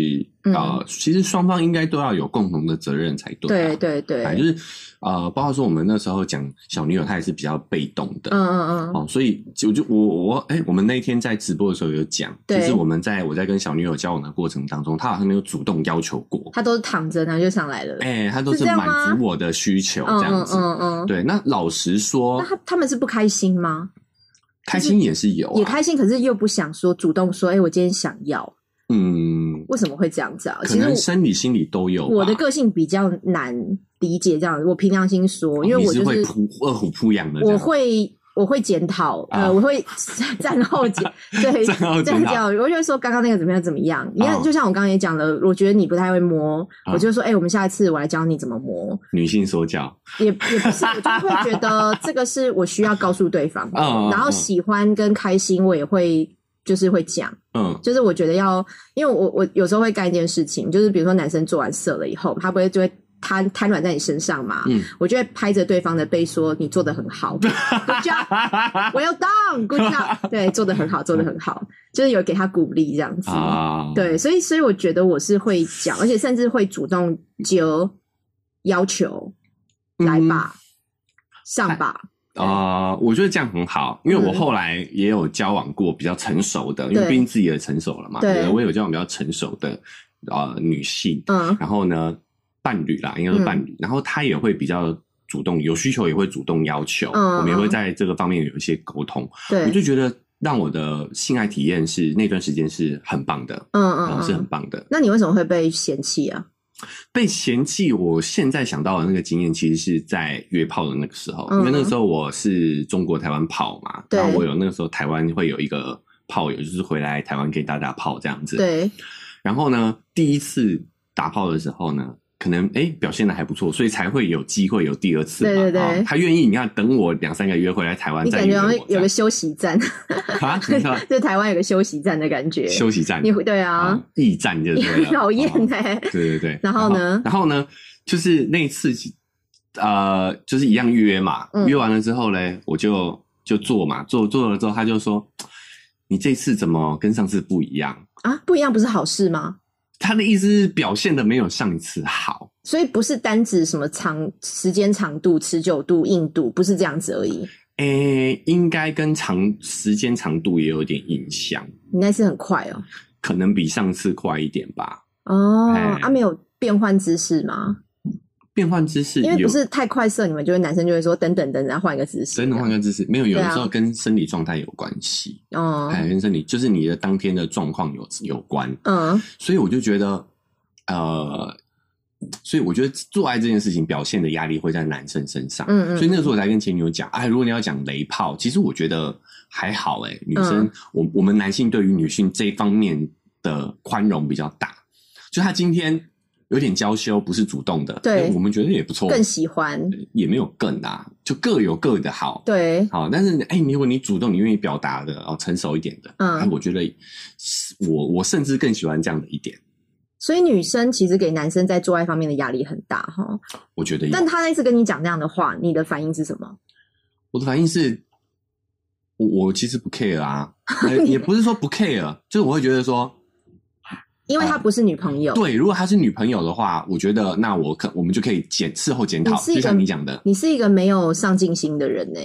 Speaker 1: 嗯
Speaker 2: 呃，其实双方应该都要有共同的责任才对啊。
Speaker 1: 对对对，
Speaker 2: 哎就是呃，包括说我们那时候讲小女友，她也是比较被动的，
Speaker 1: 嗯嗯嗯，
Speaker 2: 哦，所以就就我我哎、我们那一天在直播的时候有讲，就
Speaker 1: 对
Speaker 2: 是我们在我在跟小女友交往的过程当中，她好像没有主动要求过，
Speaker 1: 他都是躺着，然后就上来了。
Speaker 2: 哎、她都
Speaker 1: 是
Speaker 2: 是
Speaker 1: 这样
Speaker 2: 满
Speaker 1: 吗
Speaker 2: 足我的需求
Speaker 1: 嗯
Speaker 2: 这样
Speaker 1: 嗯
Speaker 2: 子。
Speaker 1: 嗯嗯，
Speaker 2: 对，那老实说
Speaker 1: 那，他他们是不开心吗？
Speaker 2: 开心也是有、啊，
Speaker 1: 也开心，可是又不想说主动说，哎、我今天想要，
Speaker 2: 嗯，
Speaker 1: 为什么会这样子啊？
Speaker 2: 可
Speaker 1: 其实
Speaker 2: 能
Speaker 1: 我
Speaker 2: 生理心理都有吧。
Speaker 1: 我的个性比较难理解这样，我凭良心说，因为
Speaker 2: 哦你
Speaker 1: 我
Speaker 2: 是
Speaker 1: 就
Speaker 2: 会
Speaker 1: 是
Speaker 2: 扑饿虎扑羊的这
Speaker 1: 我
Speaker 2: 样，
Speaker 1: 会我会检讨，
Speaker 2: 啊
Speaker 1: 呃，我会 战后检对
Speaker 2: 战 后检讨
Speaker 1: 讲，我就会说刚刚那个怎么样怎么样。你看
Speaker 2: 哦，
Speaker 1: 就像我刚刚也讲了，我觉得你不太会摸，
Speaker 2: 啊
Speaker 1: 我就说，哎、我们下一次我来教你怎么摸。
Speaker 2: 女性说教，
Speaker 1: 也也不是，我就会觉得这个是我需要告诉对方的，
Speaker 2: 嗯嗯
Speaker 1: 然后喜欢跟开心我也会。就是会讲，
Speaker 2: 嗯
Speaker 1: 就是我觉得要，因为我我有时候会干一件事情，就是比如说男生做完色了以后，他不会就会瘫瘫软在你身上嘛，
Speaker 2: 嗯，
Speaker 1: 我就会拍着对方的背说你做的很好，Good job，Well done，Good job，对，做的很好，做的很好，就是有给他鼓励这样子，
Speaker 2: 啊，，
Speaker 1: 对，所以所以我觉得我是会讲，而且甚至会主动就要求
Speaker 2: 嗯
Speaker 1: 来吧，上吧，
Speaker 2: 啊、我觉得这样很好，因为我
Speaker 1: 嗯
Speaker 2: 后来也有交往过比较成熟的，因为
Speaker 1: 对
Speaker 2: 毕竟自己也成熟了嘛，
Speaker 1: 对
Speaker 2: 我有交往比较成熟的呃女性，
Speaker 1: 嗯
Speaker 2: 然后呢伴侣啦，应该是伴侣，然后她也会比较主动，有需求也会主动要求，
Speaker 1: 嗯
Speaker 2: 我们也会
Speaker 1: 嗯
Speaker 2: 在这个方面有一些沟通，我就
Speaker 1: 对，
Speaker 2: 觉得让我的性爱体验是那段时间是很棒的，
Speaker 1: 嗯
Speaker 2: 嗯
Speaker 1: 嗯
Speaker 2: 是很
Speaker 1: 嗯。
Speaker 2: 棒的。
Speaker 1: 那你为什么会被嫌弃啊？
Speaker 2: 被嫌弃，我现在想到的那个经验，其实是在约炮的那个时候，
Speaker 1: 嗯
Speaker 2: 因为那个时候我是中国台湾跑嘛，
Speaker 1: 对
Speaker 2: 然后我有那个时候台湾会有一个炮友，就是回来台湾给大家打炮这样子。，
Speaker 1: 对，
Speaker 2: 然后呢，第一次打炮的时候呢。可能哎、诶表现的还不错，所以才会有机会有第二次嘛。
Speaker 1: 对对对
Speaker 2: 哦他愿意，你看等我两三个月回来台湾
Speaker 1: 你
Speaker 2: 再
Speaker 1: 感
Speaker 2: 约
Speaker 1: 觉好
Speaker 2: 我
Speaker 1: 像
Speaker 2: 这
Speaker 1: 有
Speaker 2: 样
Speaker 1: 个休息站，
Speaker 2: 啊，你知道
Speaker 1: 就台湾有个休息站的感觉。
Speaker 2: 休息站
Speaker 1: 你会对啊，，
Speaker 2: 驿站就是
Speaker 1: 讨厌欸
Speaker 2: 哦
Speaker 1: 呢。
Speaker 2: 对对对。
Speaker 1: 然后呢
Speaker 2: 然后呢，就是那一次，呃，就是一样约嘛，
Speaker 1: 嗯
Speaker 2: 约完了之后嘞，我就就做嘛，做做了之后，他就说你这次怎么跟上次不一样？
Speaker 1: 啊，不一样不是好事吗？
Speaker 2: 他的意思是表现的没有上一次好，
Speaker 1: 所以不是单指什么长时间长度、持久度、硬度，不是这样子而已。
Speaker 2: 诶、应该跟长时间长度也有点影响，
Speaker 1: 你那次很快哦，
Speaker 2: 可能比上次快一点吧。
Speaker 1: 哦，
Speaker 2: 哎
Speaker 1: 啊，没有变换姿势吗？
Speaker 2: 变换姿势
Speaker 1: 因为
Speaker 2: 有
Speaker 1: 不，是太快射，你们就会男生就会说等等等，然后换一个姿势。
Speaker 2: 真的换个姿势没有，有
Speaker 1: 对
Speaker 2: 的
Speaker 1: 啊
Speaker 2: 时候跟生理状态有关系，
Speaker 1: 哦，
Speaker 2: 哎、跟生理就是你的当天的状况有有关。
Speaker 1: 嗯
Speaker 2: 所以我就觉得，呃，所以我觉得做爱这件事情表现的压力会在男生身上。
Speaker 1: 嗯嗯
Speaker 2: 所以那时候我才跟前女友讲，哎，如果你要讲雷炮，其实我觉得还好、欸，哎，女生，
Speaker 1: 嗯
Speaker 2: 我我们男性对于女性这一方面的宽容比较大，就他今天有点娇羞，不是主动的，
Speaker 1: 对
Speaker 2: 哎我们觉得也不错，
Speaker 1: 更喜欢。
Speaker 2: 也没有更啊，就各有各的好，
Speaker 1: 对，
Speaker 2: 好，但是哎、如果你主动，你愿意表达的哦，成熟一点的，
Speaker 1: 嗯
Speaker 2: 哎我觉得我我甚至更喜欢这样的一点，
Speaker 1: 所以女生其实给男生在做爱方面的压力很大哈。
Speaker 2: 我觉得有
Speaker 1: 但他那次跟你讲那样的话，你的反应是什么？
Speaker 2: 我的反应是，我我其实不 care 啊，呃也不是说不 care，就是我会觉得说，
Speaker 1: 因为
Speaker 2: 啊
Speaker 1: 他不是女朋友，
Speaker 2: 对，如果她是女朋友的话，我觉得那我可我们就可以检事后检讨，
Speaker 1: 你是一
Speaker 2: 就
Speaker 1: 个
Speaker 2: 像你讲的，
Speaker 1: 你是一个没有上进心的人呢、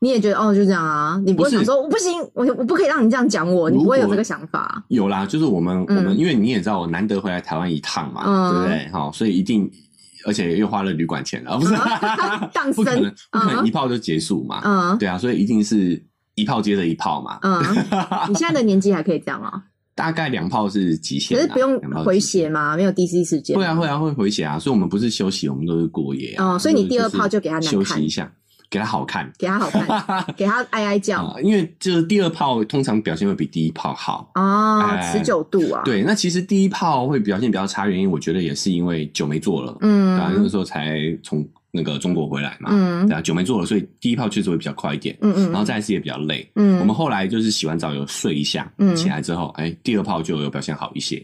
Speaker 1: 你也觉得哦，就这样啊，你不会
Speaker 2: 不是
Speaker 1: 想说我不行，我我不可以让你这样讲我，
Speaker 2: 如
Speaker 1: 哦你
Speaker 2: 果
Speaker 1: 不会有这个想法。啊
Speaker 2: 有啦，就是我们、
Speaker 1: 嗯
Speaker 2: 我们因为你也知道，我难得回来台湾一趟嘛，
Speaker 1: 嗯
Speaker 2: 对不对？好，所以一定。而且又花了旅馆钱了，不是？
Speaker 1: 嗯 当
Speaker 2: 不可
Speaker 1: 真
Speaker 2: 能，不可能
Speaker 1: 嗯
Speaker 2: 一炮就结束嘛？
Speaker 1: 嗯
Speaker 2: 对啊，所以一定是一炮接着一炮嘛。
Speaker 1: 嗯，你现在的年纪还可以这样 啊，
Speaker 2: 大概两炮是极限
Speaker 1: 可
Speaker 2: 啦，
Speaker 1: 是不用
Speaker 2: 两炮是
Speaker 1: 回
Speaker 2: 极限
Speaker 1: 血吗？没有 DC 时间？
Speaker 2: 会啊会啊会回血啊，所以我们不是休息，我们都是过夜啊、
Speaker 1: 哦所以你
Speaker 2: 是
Speaker 1: 第二炮就给他难
Speaker 2: 休
Speaker 1: 看
Speaker 2: 息一下，给他好看
Speaker 1: 给他好看， 给他哀哀叫
Speaker 2: 啊，因为就是第二炮通常表现会比第一炮好。
Speaker 1: 哦，
Speaker 2: 哎
Speaker 1: 持久度啊，，
Speaker 2: 对，那其实第一炮会表现比较差，原因我觉得也是因为久没做了，对啊，那个
Speaker 1: 嗯
Speaker 2: 时候才从那个中国回来嘛，
Speaker 1: 嗯
Speaker 2: 对啊，久没做了，所以第一炮确实会比较快一点，
Speaker 1: 嗯嗯，
Speaker 2: 然后再一次也比较累。
Speaker 1: 嗯，
Speaker 2: 我们后来就是洗完澡有睡一下，
Speaker 1: 嗯
Speaker 2: 起来之后，哎，第二炮就有表现好一些。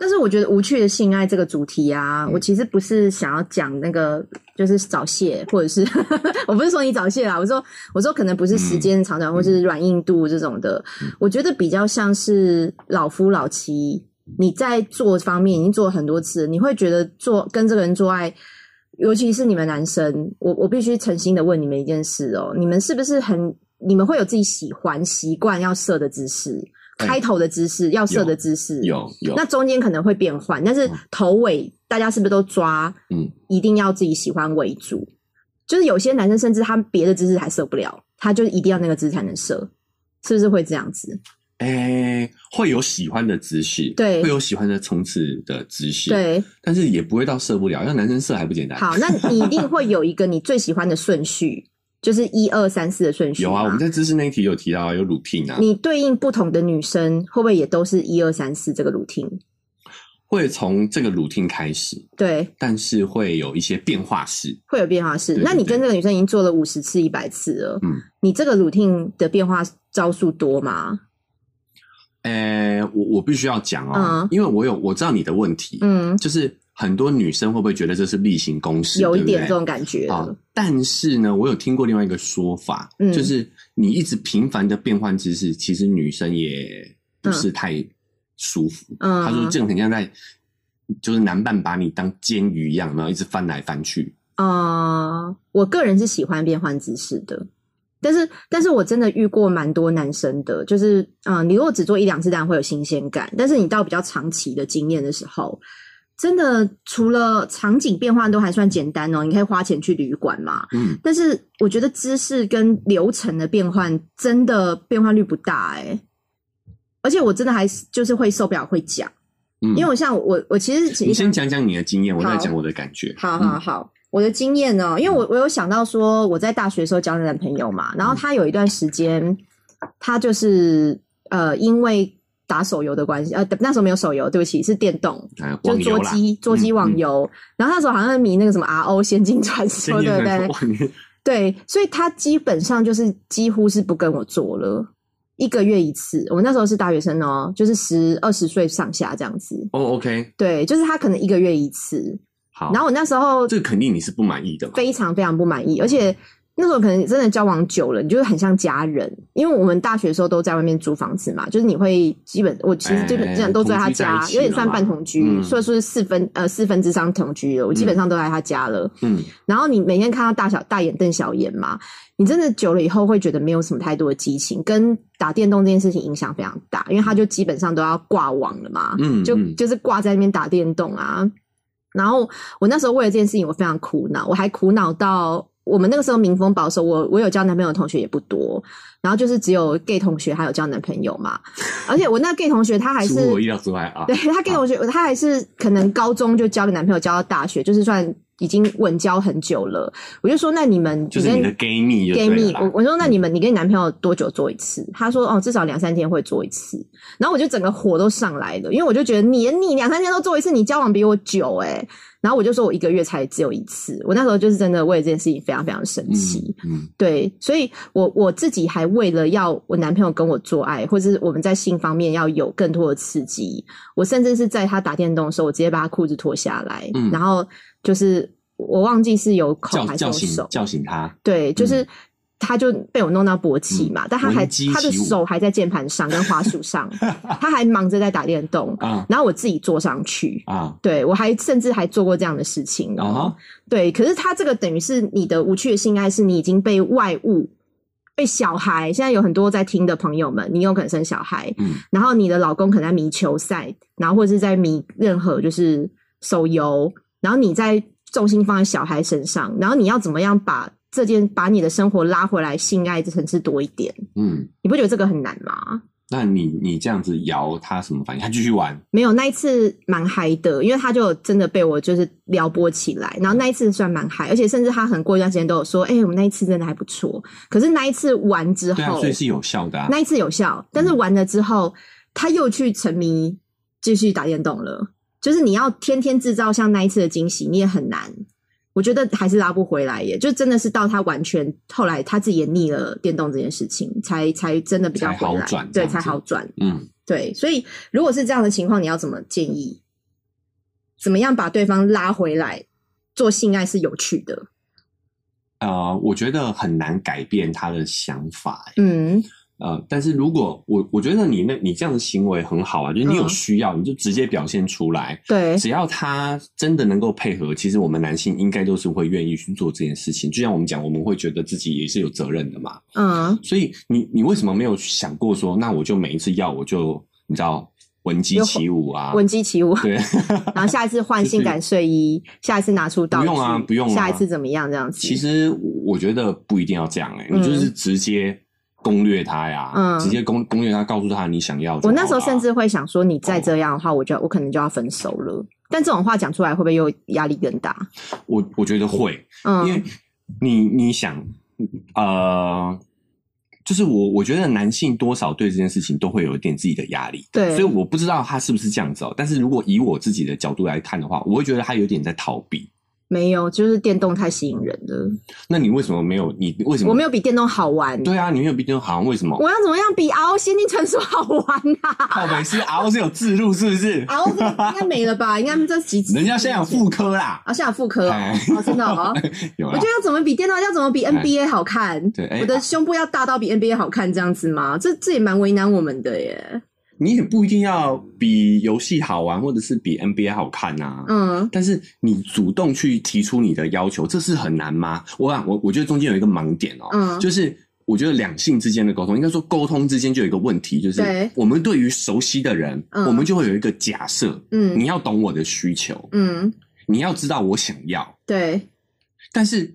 Speaker 1: 但是我觉得无趣的性爱这个主题啊，
Speaker 2: 嗯
Speaker 1: 我其实不是想要讲那个，就是早泄，或者是 我不是说你早泄啦，我说我说可能不是
Speaker 2: 嗯
Speaker 1: 时间长短、或是软硬度这种的，我觉得比较像是老夫老妻，你在做方面已经做了很多次了，你会觉得做跟这个人做爱。尤其是你们男生，我我必须诚心的问你们一件事哦，你们是不是很，你们会有自己喜欢、习惯要射的姿势，
Speaker 2: 哎
Speaker 1: 开头的姿势，要射
Speaker 2: 有
Speaker 1: 的姿势，
Speaker 2: 有有，
Speaker 1: 那中间可能会变换，但是头尾大家是不是都抓？
Speaker 2: 嗯，
Speaker 1: 一定要自己喜欢为主。就是有些男生甚至他别的姿势还射不了，他就一定要那个姿势才能射，是不是会这样子？
Speaker 2: 哎、会有喜欢的姿势，
Speaker 1: 对
Speaker 2: 会有喜欢的冲刺的姿势，，
Speaker 1: 对，
Speaker 2: 但是也不会到射不了，要男生射还不简单。
Speaker 1: 好，那你一定会有一个你最喜欢的顺序， 就是一二三四的顺序
Speaker 2: 有啊，
Speaker 1: 吗
Speaker 2: 我们在知识那一题有提到啊，有乳拼啊，
Speaker 1: 你对应不同的女生，会不会也都是一二三四这个 routine？
Speaker 2: 会从这个乳拼开始，
Speaker 1: 对，
Speaker 2: 但是会有一些变化式，
Speaker 1: 会有变化式。
Speaker 2: 对
Speaker 1: 那你
Speaker 2: 对
Speaker 1: 跟这个女生已经做了五十次、一百次了，
Speaker 2: 嗯，
Speaker 1: 你这个 routine 的变化招数多吗？
Speaker 2: 哎、我我必须要讲哦、
Speaker 1: 嗯
Speaker 2: 因为我有我知道你的问题，
Speaker 1: 嗯，
Speaker 2: 就是很多女生会不会觉得这是例行公事，
Speaker 1: 有一
Speaker 2: 对不对
Speaker 1: 点这种感觉了。
Speaker 2: 啊、但是呢，我有听过另外一个说法，
Speaker 1: 嗯
Speaker 2: 就是你一直频繁的变换姿势，其实女生也不是太舒服。
Speaker 1: 嗯
Speaker 2: 他说这种很像在，就是男伴把你当煎鱼一样，然后一直翻来翻去。
Speaker 1: 啊、我个人是喜欢变换姿势的，但是但是我真的遇过蛮多男生的，就是嗯、呃你如果只做一两次，当然会有新鲜感，但是你到比较长期的经验的时候，真的除了场景变换都还算简单哦，你可以花钱去旅馆嘛。
Speaker 2: 嗯，
Speaker 1: 但是我觉得姿势跟流程的变换真的变换率不大哎、而且我真的还是就是会受不了会讲，
Speaker 2: 嗯
Speaker 1: 因为我像我我其实
Speaker 2: 你先讲讲你的经验，我再
Speaker 1: 好
Speaker 2: 讲我的感觉。嗯
Speaker 1: 好好好，我的经验呢、因为我我有想到说，我在大学的时候交的男朋友嘛，然后他有一段时间，他就是呃，因为打手游的关系，呃，那时候没有手游，对不起，是电动，
Speaker 2: 嗯，啊，
Speaker 1: 就
Speaker 2: 网
Speaker 1: 是
Speaker 2: 游
Speaker 1: 桌
Speaker 2: 啦，
Speaker 1: 机桌机
Speaker 2: 嗯
Speaker 1: 网
Speaker 2: 嗯
Speaker 1: 游，然后那时候好像迷那个什么 RO 仙境传说，
Speaker 2: 先
Speaker 1: 对不对？
Speaker 2: 讲说哇
Speaker 1: 对，所以他基本上就是几乎是不跟我做了，一个月一次。我那时候是大学生哦，就是十二十岁上下这样子。
Speaker 2: 你哦，OK，
Speaker 1: 对，就是他可能一个月一次。
Speaker 2: 好，
Speaker 1: 然后我那时候
Speaker 2: 这个肯定你是不满意的嘛？
Speaker 1: 非常非常不满意，而且那时候可能真的交往久了，你就会很像家人，因为我们大学的时候都在外面租房子嘛，就是你会基本我其实基本上都在他家，
Speaker 2: 哎同居在一起
Speaker 1: 有点算半同
Speaker 2: 了
Speaker 1: 居，
Speaker 2: 嘛嗯
Speaker 1: 所以说是四分呃四分之三同居了，我基本上都在他家了。
Speaker 2: 嗯，
Speaker 1: 然后你每天看到大小大眼瞪小眼嘛，你真的久了以后会觉得没有什么太多的激情，跟打电动这件事情影响非常大，因为他就基本上都要挂网了嘛，
Speaker 2: 嗯
Speaker 1: 就
Speaker 2: 嗯
Speaker 1: 就是挂在那边打电动啊。然后我那时候为了这件事情，我非常苦恼，我还苦恼到我们那个时候民风保守，我我有交男朋友的同学也不多，然后就是只有 gay 同学还有交男朋友嘛，而且我那 gay 同学他还
Speaker 2: 除
Speaker 1: 是
Speaker 2: 了我意料之外啊
Speaker 1: 对，他跟我觉得，他还是可能高中就交个男朋友，交到大学，就是算已经稳交很久了。我就说，那你们
Speaker 2: 就是你的 gay 蜜就
Speaker 1: gay
Speaker 2: 对
Speaker 1: 蜜
Speaker 2: 了，
Speaker 1: 我
Speaker 2: 啦。嗯
Speaker 1: 我说那你们你跟你男朋友多久做一次？他说哦，至少两三天会做一次。然后我就整个火都上来了，因为我就觉得你你两三天都做一次，你交往比我久诶、然后我就说我一个月才只有一次，我那时候就是真的为了这件事情非常非常生气。
Speaker 2: 嗯
Speaker 1: 对，所以我我自己还为了要我男朋友跟我做爱，或者是我们在性方面要有更多的刺激，我甚至是在他打电动的时候，我直接把他裤子脱下来，
Speaker 2: 嗯
Speaker 1: 然后就是我忘记是有口
Speaker 2: 叫
Speaker 1: 还是
Speaker 2: 叫
Speaker 1: 有
Speaker 2: 醒
Speaker 1: 手，
Speaker 2: 叫醒他，
Speaker 1: 对，就是。他就被我弄到勃起嘛，但他还
Speaker 2: 嗯闻鸡
Speaker 1: 他的
Speaker 2: 起舞
Speaker 1: 手还在键盘上跟滑鼠 上，他还忙着在打电动，
Speaker 2: 啊
Speaker 1: 然后我自己坐上去，
Speaker 2: 啊
Speaker 1: 对我还甚至还做过这样的事情哦、
Speaker 2: 啊哈，
Speaker 1: 对，可是他这个等于是你的无趣的性爱，是你已经被外物、被小孩。现在有很多在听的朋友们，你有可能生小孩，
Speaker 2: 嗯
Speaker 1: 然后你的老公可能在迷球赛，然后或者是在迷任何就是手游，然后你在重心放在小孩身上，然后你要怎么样把这件把你的生活拉回来性爱这层次多一点？
Speaker 2: 嗯，
Speaker 1: 你不觉得这个很难吗？
Speaker 2: 那你你这样子摇他什么反应？他继续玩，
Speaker 1: 没有，那一次蛮嗨的，因为他就真的被我就是撩拨起来，然后那一次算蛮嗨，而且甚至他很过一段时间都有说，哎、我们那一次真的还不错。可是那一次完之
Speaker 2: 对啊，
Speaker 1: 后，
Speaker 2: 所以是有效的啊。
Speaker 1: 那一次有效，但是完了之后，他又去沉迷继续打电动了。就是你要天天制造像那一次的惊喜，你也很难。我觉得还是拉不回来耶，就真的是到他完全后来他自己也腻了电动这件事情，才才真的比较
Speaker 2: 才
Speaker 1: 回
Speaker 2: 好
Speaker 1: 来，
Speaker 2: 转这
Speaker 1: 对，
Speaker 2: 样
Speaker 1: 才
Speaker 2: 子
Speaker 1: 好转。
Speaker 2: 嗯，
Speaker 1: 对，所以如果是这样的情况，你要怎么建议？怎么样把对方拉回来？做性爱是有趣的，
Speaker 2: 呃，我觉得很难改变他的想法、欸
Speaker 1: 嗯，
Speaker 2: 呃，但是如果我我觉得你那你这样的行为很好啊，就是你有
Speaker 1: 嗯
Speaker 2: 需要，你就直接表现出来。
Speaker 1: 对，
Speaker 2: 只要他真的能够配合，其实我们男性应该都是会愿意去做这件事情。就像我们讲，我们会觉得自己也是有责任的嘛。
Speaker 1: 嗯，
Speaker 2: 所以你你为什么没有想过说，那我就每一次要我就你知道闻鸡
Speaker 1: 有
Speaker 2: 起舞啊？
Speaker 1: 闻鸡起舞，
Speaker 2: 对，
Speaker 1: 然后下一次换性感睡衣，下一次拿出道具，
Speaker 2: 不用啊不用啊
Speaker 1: 下一次怎么样？这样子，
Speaker 2: 其实我觉得不一定要这样哎、
Speaker 1: 嗯
Speaker 2: 你就是直接攻略他呀，
Speaker 1: 嗯
Speaker 2: 直接攻攻略他，告诉他你想要就
Speaker 1: 我
Speaker 2: 好啦。
Speaker 1: 那时候甚至会想说，你再这样的话，我就我可能就要分手了。但这种话讲出来，会不会又压力更大？
Speaker 2: 我我觉得会，因为
Speaker 1: 嗯
Speaker 2: 你你想，呃，就是我我觉得男性多少对这件事情都会有一点自己的压力，
Speaker 1: 对
Speaker 2: 所以我不知道他是不是这样子哦、但是如果以我自己的角度来看的话，我会觉得他有点在逃避。
Speaker 1: 没有，就是电动太吸引人了。
Speaker 2: 那你为什么没有？你为什么
Speaker 1: 我没有比电动好玩，
Speaker 2: 嗯对啊，你没有毕竟好像为什么？
Speaker 1: 我要怎么样比 RO 仙境传说好玩啊？
Speaker 2: 靠北是 R 是有自录是不是？
Speaker 1: 啊，我应该没了吧？应该这几集
Speaker 2: 人家现在有妇科啦，
Speaker 1: 啊，现在有妇科哦，
Speaker 2: 哎
Speaker 1: 哦，真的哦。
Speaker 2: 有
Speaker 1: 我
Speaker 2: 啦
Speaker 1: 觉得。要怎么比电脑，要怎么比
Speaker 2: 哎
Speaker 1: NBA 好看？
Speaker 2: 对哎
Speaker 1: 我的胸部要大到比 NBA 好看这样子吗？这这也蛮为难我们的耶。
Speaker 2: 你也不一定要比游戏好玩，或者是比 NBA 好看呐、啊。
Speaker 1: 嗯
Speaker 2: 但是你主动去提出你的要求，这是很难吗？我想我我觉得中间有一个盲点哦、
Speaker 1: 嗯
Speaker 2: 就是我觉得两性之间的沟通，应该说沟通之间就有一个问题，就是
Speaker 1: 对
Speaker 2: 我们对于熟悉的人，
Speaker 1: 嗯
Speaker 2: 我们就会有一个假设，
Speaker 1: 嗯
Speaker 2: 你要懂我的需求，
Speaker 1: 嗯，
Speaker 2: 你要知道我想要，
Speaker 1: 对，
Speaker 2: 但是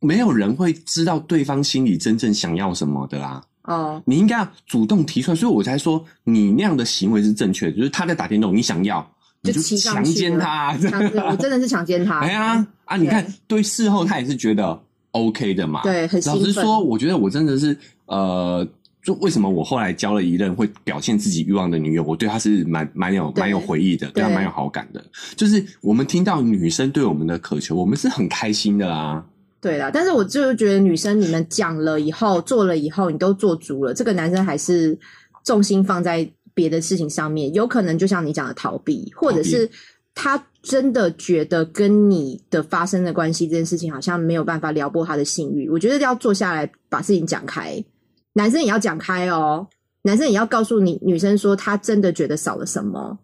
Speaker 2: 没有人会知道对方心里真正想要什么的啊。
Speaker 1: 哦，
Speaker 2: 你应该要主动提出来，所以我才说你那样的行为是正确的，就是他在打电动，你想要你
Speaker 1: 就
Speaker 2: 就
Speaker 1: 骑上
Speaker 2: 强
Speaker 1: 去
Speaker 2: 奸
Speaker 1: 了
Speaker 2: 他啊，
Speaker 1: 强制我真的是强奸他。
Speaker 2: 哎呀啊！你看，对事后他也是觉得 OK 的嘛。，
Speaker 1: 对，很兴
Speaker 2: 老
Speaker 1: 奋。
Speaker 2: 实说，我觉得我真的是呃，就为什么我后来交了一任会表现自己欲望的女友，我对她是蛮蛮有
Speaker 1: 对
Speaker 2: 蛮有回忆的，对她
Speaker 1: 对
Speaker 2: 蛮有好感的。就是我们听到女生对我们的渴求，我们是很开心的啊。
Speaker 1: 对啦，但是我就是觉得女生你们讲了以后，做了以后，你都做足了，这个男生还是重心放在别的事情上面，有可能就像你讲的逃避，或者是他真的觉得跟你的发生的关系这件事情好像没有办法撩拨他的性欲，我觉得要坐下来把事情讲开，男生也要讲开哦，男生也要告诉你女生说他真的觉得少了什么。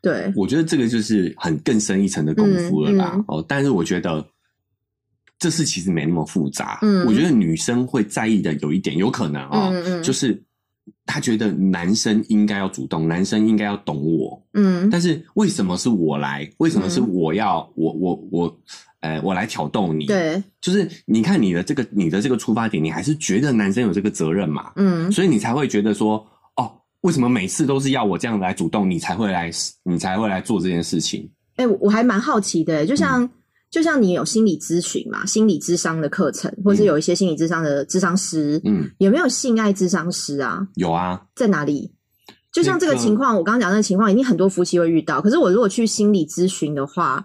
Speaker 1: 对，
Speaker 2: 我觉得这个就是很更深一层的功夫了啦。
Speaker 1: 嗯嗯
Speaker 2: 哦，但是我觉得这事其实没那么复杂。
Speaker 1: 嗯
Speaker 2: 我觉得女生会在意的有一点，有可能哦，
Speaker 1: 嗯嗯
Speaker 2: 就是她觉得男生应该要主动，男生应该要懂我。
Speaker 1: 嗯
Speaker 2: 但是为什么是我来？为什么是我要、我我我，呃，我来挑逗你？，
Speaker 1: 对，
Speaker 2: 就是你看你的这个你的这个出发点，你还是觉得男生有这个责任嘛，
Speaker 1: 嗯
Speaker 2: 所以你才会觉得说，哦，为什么每次都是要我这样来主动，你才会来，你才会来做这件事情？
Speaker 1: 哎、我我还蛮好奇的、欸
Speaker 2: 嗯
Speaker 1: 就像、就像你有心理咨询嘛，心理智商的课程，或是
Speaker 2: 嗯
Speaker 1: 有一些心理智商的智商师，
Speaker 2: 嗯，
Speaker 1: 有没有性爱智商师啊？
Speaker 2: 有啊，
Speaker 1: 在哪里？就像这个
Speaker 2: 那个
Speaker 1: 情况，我刚刚讲的那个情况，一定很多夫妻会遇到。可是我如果去心理咨询的话，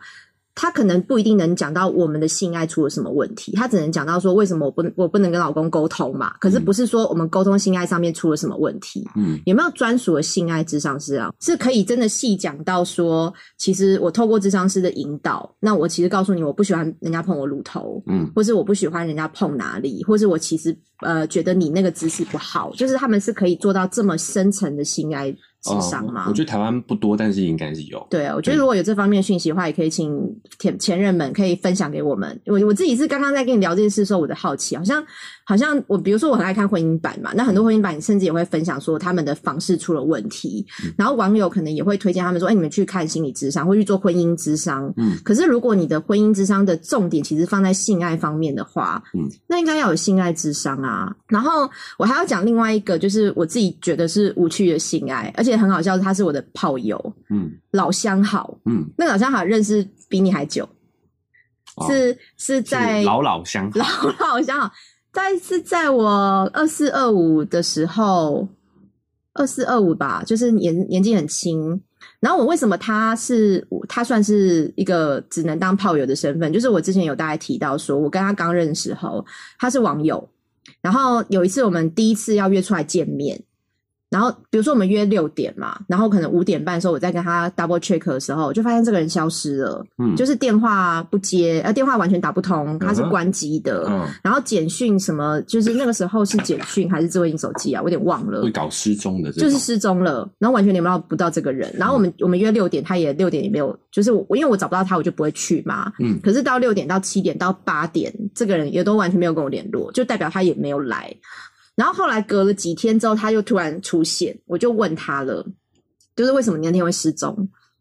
Speaker 1: 他可能不一定能讲到我们的性爱出了什么问题，他只能讲到说为什么我不我不能跟老公沟通嘛。可是不是说我们沟通性爱上面出了什么问题，
Speaker 2: 嗯
Speaker 1: 有没有专属的性爱智商师啊？是可以真的细讲到说，其实我透过智商师的引导，那我其实告诉你，我不喜欢人家碰我乳头，
Speaker 2: 嗯，
Speaker 1: 或是我不喜欢人家碰哪里，或是我其实呃觉得你那个姿势不好，就是他们是可以做到这么深层的性爱智商吗？
Speaker 2: 哦我觉得台湾不多，但是应该是有。
Speaker 1: 对啊，我觉得如果有这方面的讯息的话，也可以请前前任们可以分享给我们。我我自己是刚刚在跟你聊这件事的时候，我的好奇好像好像我，比如说我很爱看婚姻版嘛，那很多婚姻版甚至也会分享说他们的房事出了问题，
Speaker 2: 嗯
Speaker 1: 然后网友可能也会推荐他们说，哎，你们去看心理智商或去做婚姻智商。
Speaker 2: 嗯，
Speaker 1: 可是如果你的婚姻智商的重点其实放在性爱方面的话，
Speaker 2: 嗯，
Speaker 1: 那应该要有性爱智商啊。然后我还要讲另外一个，就是我自己觉得是无趣的性爱，而且很好笑，他是我的炮友。
Speaker 2: 嗯
Speaker 1: 老相好，
Speaker 2: 嗯，
Speaker 1: 那个老相好认识比你还久，
Speaker 2: 哦
Speaker 1: 是是
Speaker 2: 是
Speaker 1: 在
Speaker 2: 老老相好
Speaker 1: 老老相好，但是在我二四二五的时候，二四二五吧，就是年年纪很轻。然后我为什么他是他算是一个只能当炮友的身份？就是我之前有大概提到说，我跟他刚认识后，他是网友。然后有一次我们第一次要约出来见面，然后比如说我们约六点嘛，然后可能五点半的时候我在跟他 double check 的时候，就发现这个人消失了。
Speaker 2: 嗯，
Speaker 1: 就是是电话不接，呃，电话完全打不通，它是
Speaker 2: 嗯哼
Speaker 1: 关机的。
Speaker 2: 嗯，
Speaker 1: 然后简讯什么，就是那个时候是简讯还是智慧型手机啊，我有点忘了
Speaker 2: 会，搞失踪的
Speaker 1: 就
Speaker 2: 这种，嗯
Speaker 1: 是失踪了，然后完全联络不到这个人。然后我们、我们约六点，他也六点也没有，就是我因为我找不到他，我就不会去嘛。
Speaker 2: 嗯
Speaker 1: 可是到六点到七点到八点，这个人也都完全没有跟我联络，就代表他也没有来。然后后来隔了几天之后，他又突然出现，我就问他了，就是为什么你那天会失踪？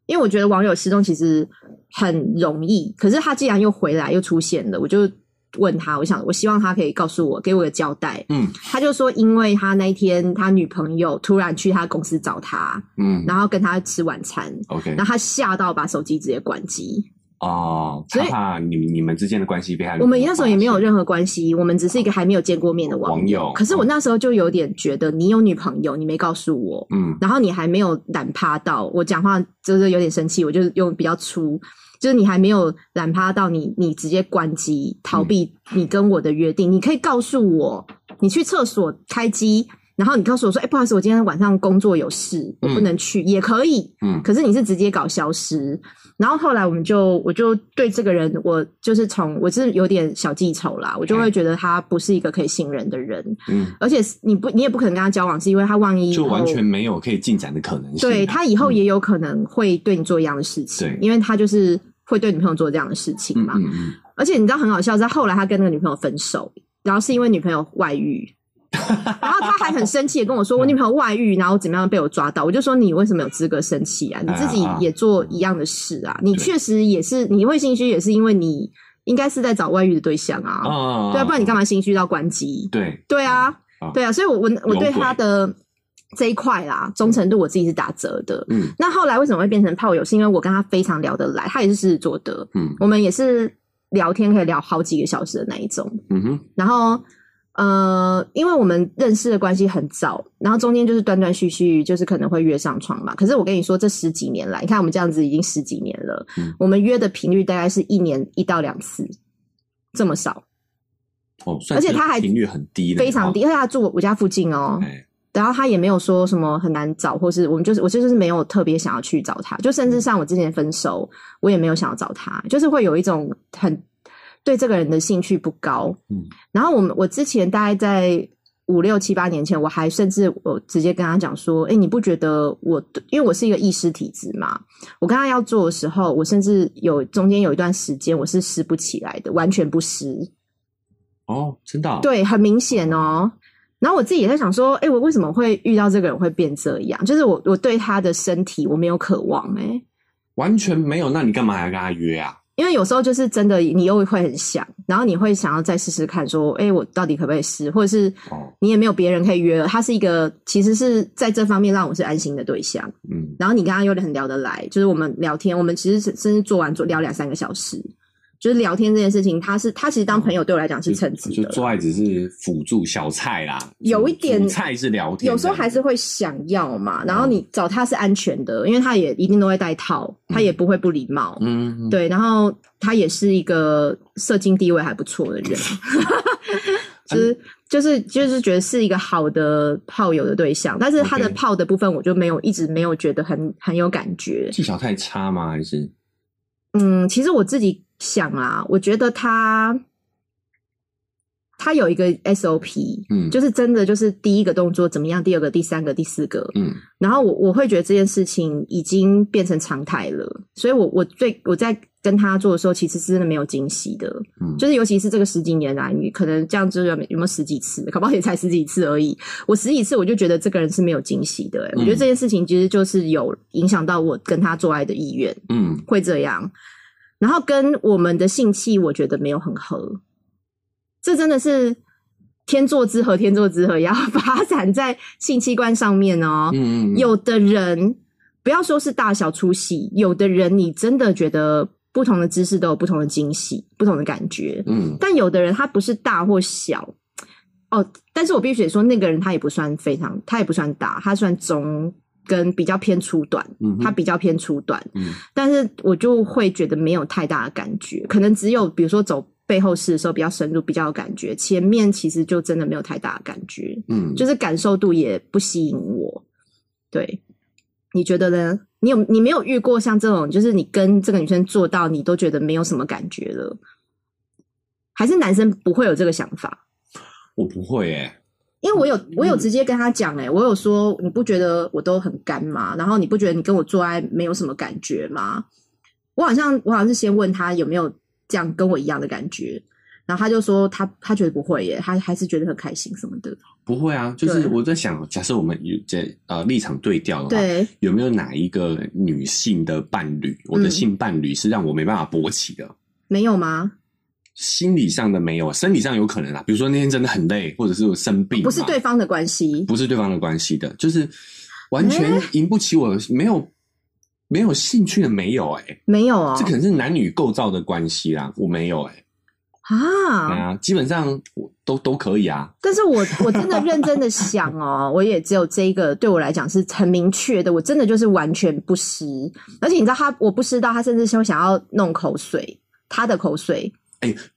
Speaker 1: 因为我觉得网友失踪其实很容易，可是他既然又回来又出现了，我就问他，我想我希望他可以告诉我，给我个交代。
Speaker 2: 嗯
Speaker 1: 他就说，因为他那一天他女朋友突然去他公司找他，
Speaker 2: 嗯
Speaker 1: 然后跟他吃晚餐，
Speaker 2: ，OK
Speaker 1: 然后他吓到把手机直接关机。
Speaker 2: 哦，
Speaker 1: 所以
Speaker 2: 他怕你你们之间的关系被他
Speaker 1: 我们那时候也没有
Speaker 2: 发
Speaker 1: 任何关系，我们只是一个还没有见过面的
Speaker 2: 现
Speaker 1: 网
Speaker 2: 网
Speaker 1: 友。
Speaker 2: 友，哦
Speaker 1: 可是我那时候就有点觉得，你有女朋友，你没告诉我，
Speaker 2: 嗯
Speaker 1: 然后你还没有懒趴到，我讲话就是有点生气，我就是用比较粗，就是你还没有懒趴到你，你直接关机逃避
Speaker 2: 嗯
Speaker 1: 你跟我的约定，你可以告诉我，你去厕所开机，然后你告诉我说，哎、不好意思，我今天晚上工作有事，我不能去，也可以，
Speaker 2: 嗯
Speaker 1: 可是你是直接搞消失。然后后来我们就，我就对这个人，我就是从我是有点小记仇啦，我就会觉得他不是一个可以信任的人，
Speaker 2: 嗯，
Speaker 1: 而且你不，你也不可能跟他交往，是因为他万一以
Speaker 2: 就
Speaker 1: 后
Speaker 2: 完全没有可以进展的可能性啊。
Speaker 1: 对他以后也有可能会对你做一样的事情，
Speaker 2: 对
Speaker 1: 因为他就是会对女朋友做这样的事情
Speaker 2: 嗯
Speaker 1: 嘛。
Speaker 2: 嗯嗯，
Speaker 1: 而且你知道很好笑，在后来他跟那个女朋友分手，然后是因为女朋友外 遇，然后他还很生气的跟我
Speaker 2: 嗯
Speaker 1: 说：“我女朋友外遇，然后怎么样被我抓到？”我就说：“你为什么有资格生气啊？你自己也做一样的事啊！你确实也是，你会心虚也是因为你应该是在找外遇的对象
Speaker 2: 啊
Speaker 1: 啊，
Speaker 2: 啊，
Speaker 1: 对啊，不然你干
Speaker 2: 嘛？
Speaker 1: 嘛心虚到关机？
Speaker 2: 对，
Speaker 1: 对啊
Speaker 2: 啊，
Speaker 1: 对啊，所以我我我
Speaker 2: 有
Speaker 1: 对
Speaker 2: 鬼
Speaker 1: 他的这一块啦，忠诚度我自己是打折的。
Speaker 2: 嗯
Speaker 1: 那后来为什么会变成炮友？是因为我跟他非常聊得来，他也是狮子座的，
Speaker 2: 嗯
Speaker 1: 我们也是聊天可以聊好几个小时的那一种。
Speaker 2: 嗯哼，
Speaker 1: 然后呃，因为我们认识的关系很早，然后中间就是断断续续，就是可能会约上床嘛。可是我跟你说，这十几年来，你看我们这样子已经十几年了，
Speaker 2: 嗯
Speaker 1: 我们约的频率大概是一年一到两次，这么少，
Speaker 2: 哦，算
Speaker 1: 而且
Speaker 2: 是
Speaker 1: 他还
Speaker 2: 频率很低的，哦
Speaker 1: 非常低。而且他住我家附近哦，
Speaker 2: 哎，
Speaker 1: 然后他也没有说什么很难找，或是我们就是我就是没有特别想要去找他，就甚至像我之前分手，我也没有想要找他，就是会有一种很对这个人的兴趣不高。
Speaker 2: 嗯，
Speaker 1: 然后我们我之前大概在五六七八年前，我还甚至我直接跟他讲说：“哎，你不觉得我因为我是一个医师体质嘛？我跟他要做的时候，我甚至有中间有一段时间我是湿不起来的，完全不湿，
Speaker 2: 哦，真的、啊，
Speaker 1: 对，很明显哦。”然后我自己也在想说：“哎，我为什么会遇到这个人会变这样？就是我我对他的身体我没有渴望哎、
Speaker 2: 完全没有，那你干嘛还要跟他约啊？
Speaker 1: 因为有时候就是真的，你又会很想，然后你会想要再试试看，说，哎、我到底可不可以试，或者是
Speaker 2: 哦
Speaker 1: 你也没有别人可以约了。他是一个其实是在这方面让我是安心的对象，
Speaker 2: 嗯，
Speaker 1: 然后你跟他又很聊得来，就是我们聊天，我们其实甚至做完做聊两三个小时，就是聊天这件事情，他是他其实当朋友对我来讲是称职
Speaker 2: 哦就
Speaker 1: 的，
Speaker 2: 做爱只是辅助小菜啦，
Speaker 1: 有一点
Speaker 2: 主菜是聊天，嗯
Speaker 1: 有时候还是会想要嘛。然后你找他是安全的，因为他也一定都会戴套，他也不会不礼貌。
Speaker 2: 嗯，
Speaker 1: 对，然后他也是一个社经地位还不错的 人，就是就是就是觉得是一个好的炮友的对象，但是他的
Speaker 2: OK
Speaker 1: 炮的部分我就没有一直没有觉得很很有感觉。
Speaker 2: 技巧太差吗？还是
Speaker 1: 嗯，其实我自己想啊，我觉得他他有一个 SOP，
Speaker 2: 嗯
Speaker 1: 就是真的就是第一个动作怎么样，第二个、第三个、第四个，
Speaker 2: 嗯
Speaker 1: 然后我我会觉得这件事情已经变成常态了，所以我我最我在跟他做的时候，其实是真的没有惊喜的，
Speaker 2: 嗯，
Speaker 1: 就是尤其是这个十几年来，你可能这样子有没有没有十几次，搞不好也才十几次而已。我十几次我就觉得这个人是没有惊喜的、欸，我觉得这件事情其实就是有影响到我跟他做爱的意愿，
Speaker 2: 嗯
Speaker 1: 会这样。然后跟我们的性气，我觉得没有很合，这真的是天作之合，天作之合也要 发展在性器官上面哦。
Speaker 2: 嗯嗯，
Speaker 1: 有的人不要说是大小出戏，有的人你真的觉得不同的姿势都有不同的惊喜、不同的感觉，
Speaker 2: 嗯
Speaker 1: 但有的人他不是大或小哦，但是我必须得说，那个人他也不算非常，他也不算大，他算中跟比较偏粗短，
Speaker 2: 嗯
Speaker 1: 他比较偏粗短，
Speaker 2: 嗯
Speaker 1: 但是我就会觉得没有太大的感觉，可能只有比如说走背后式的时候比较深入，比较有感觉，前面其实就真的没有太大的感觉。
Speaker 2: 嗯，
Speaker 1: 就是感受度也不吸引我。对，你觉得呢？你有你没有遇过像这种，就是你跟这个女生做到，你都觉得没有什么感觉了，还是男生不会有这个想法？
Speaker 2: 我不会诶，
Speaker 1: 因为我有我有直接跟他讲、欸，哎，我有说你不觉得我都很干吗？然后你不觉得你跟我做爱没有什么感觉吗？我好像我好像是先问他有没有这样跟我一样的感觉，然后他就说他他觉得不会耶、他还是觉得很开心什么的。
Speaker 2: 不会啊，就是
Speaker 1: 对
Speaker 2: 我在想，假设我们有这呃立场对调的话，
Speaker 1: 对，
Speaker 2: 有没有哪一个女性的伴侣，我的
Speaker 1: 嗯
Speaker 2: 性伴侣是让我没办法勃起的？
Speaker 1: 没有吗？
Speaker 2: 心理上的没有，啊生理上有可能啦。比如说那天真的很累，或者是我生病嘛，
Speaker 1: 不是对方的关系。
Speaker 2: 不是对方的关系的，就是
Speaker 1: 嗯
Speaker 2: 完全引不起我没有没有兴趣的没有哎、
Speaker 1: 没有哦，
Speaker 2: 这可能是男女构造的关系啦，我没有哎、
Speaker 1: 啊！
Speaker 2: 啊，基本上我都都可以啊，
Speaker 1: 但是我我真的认真的想 哦，我也只有这一个对我来讲是很明确的，我真的就是完全不湿，而且你知道他，我不湿到他甚至想想要弄口水，他的口水，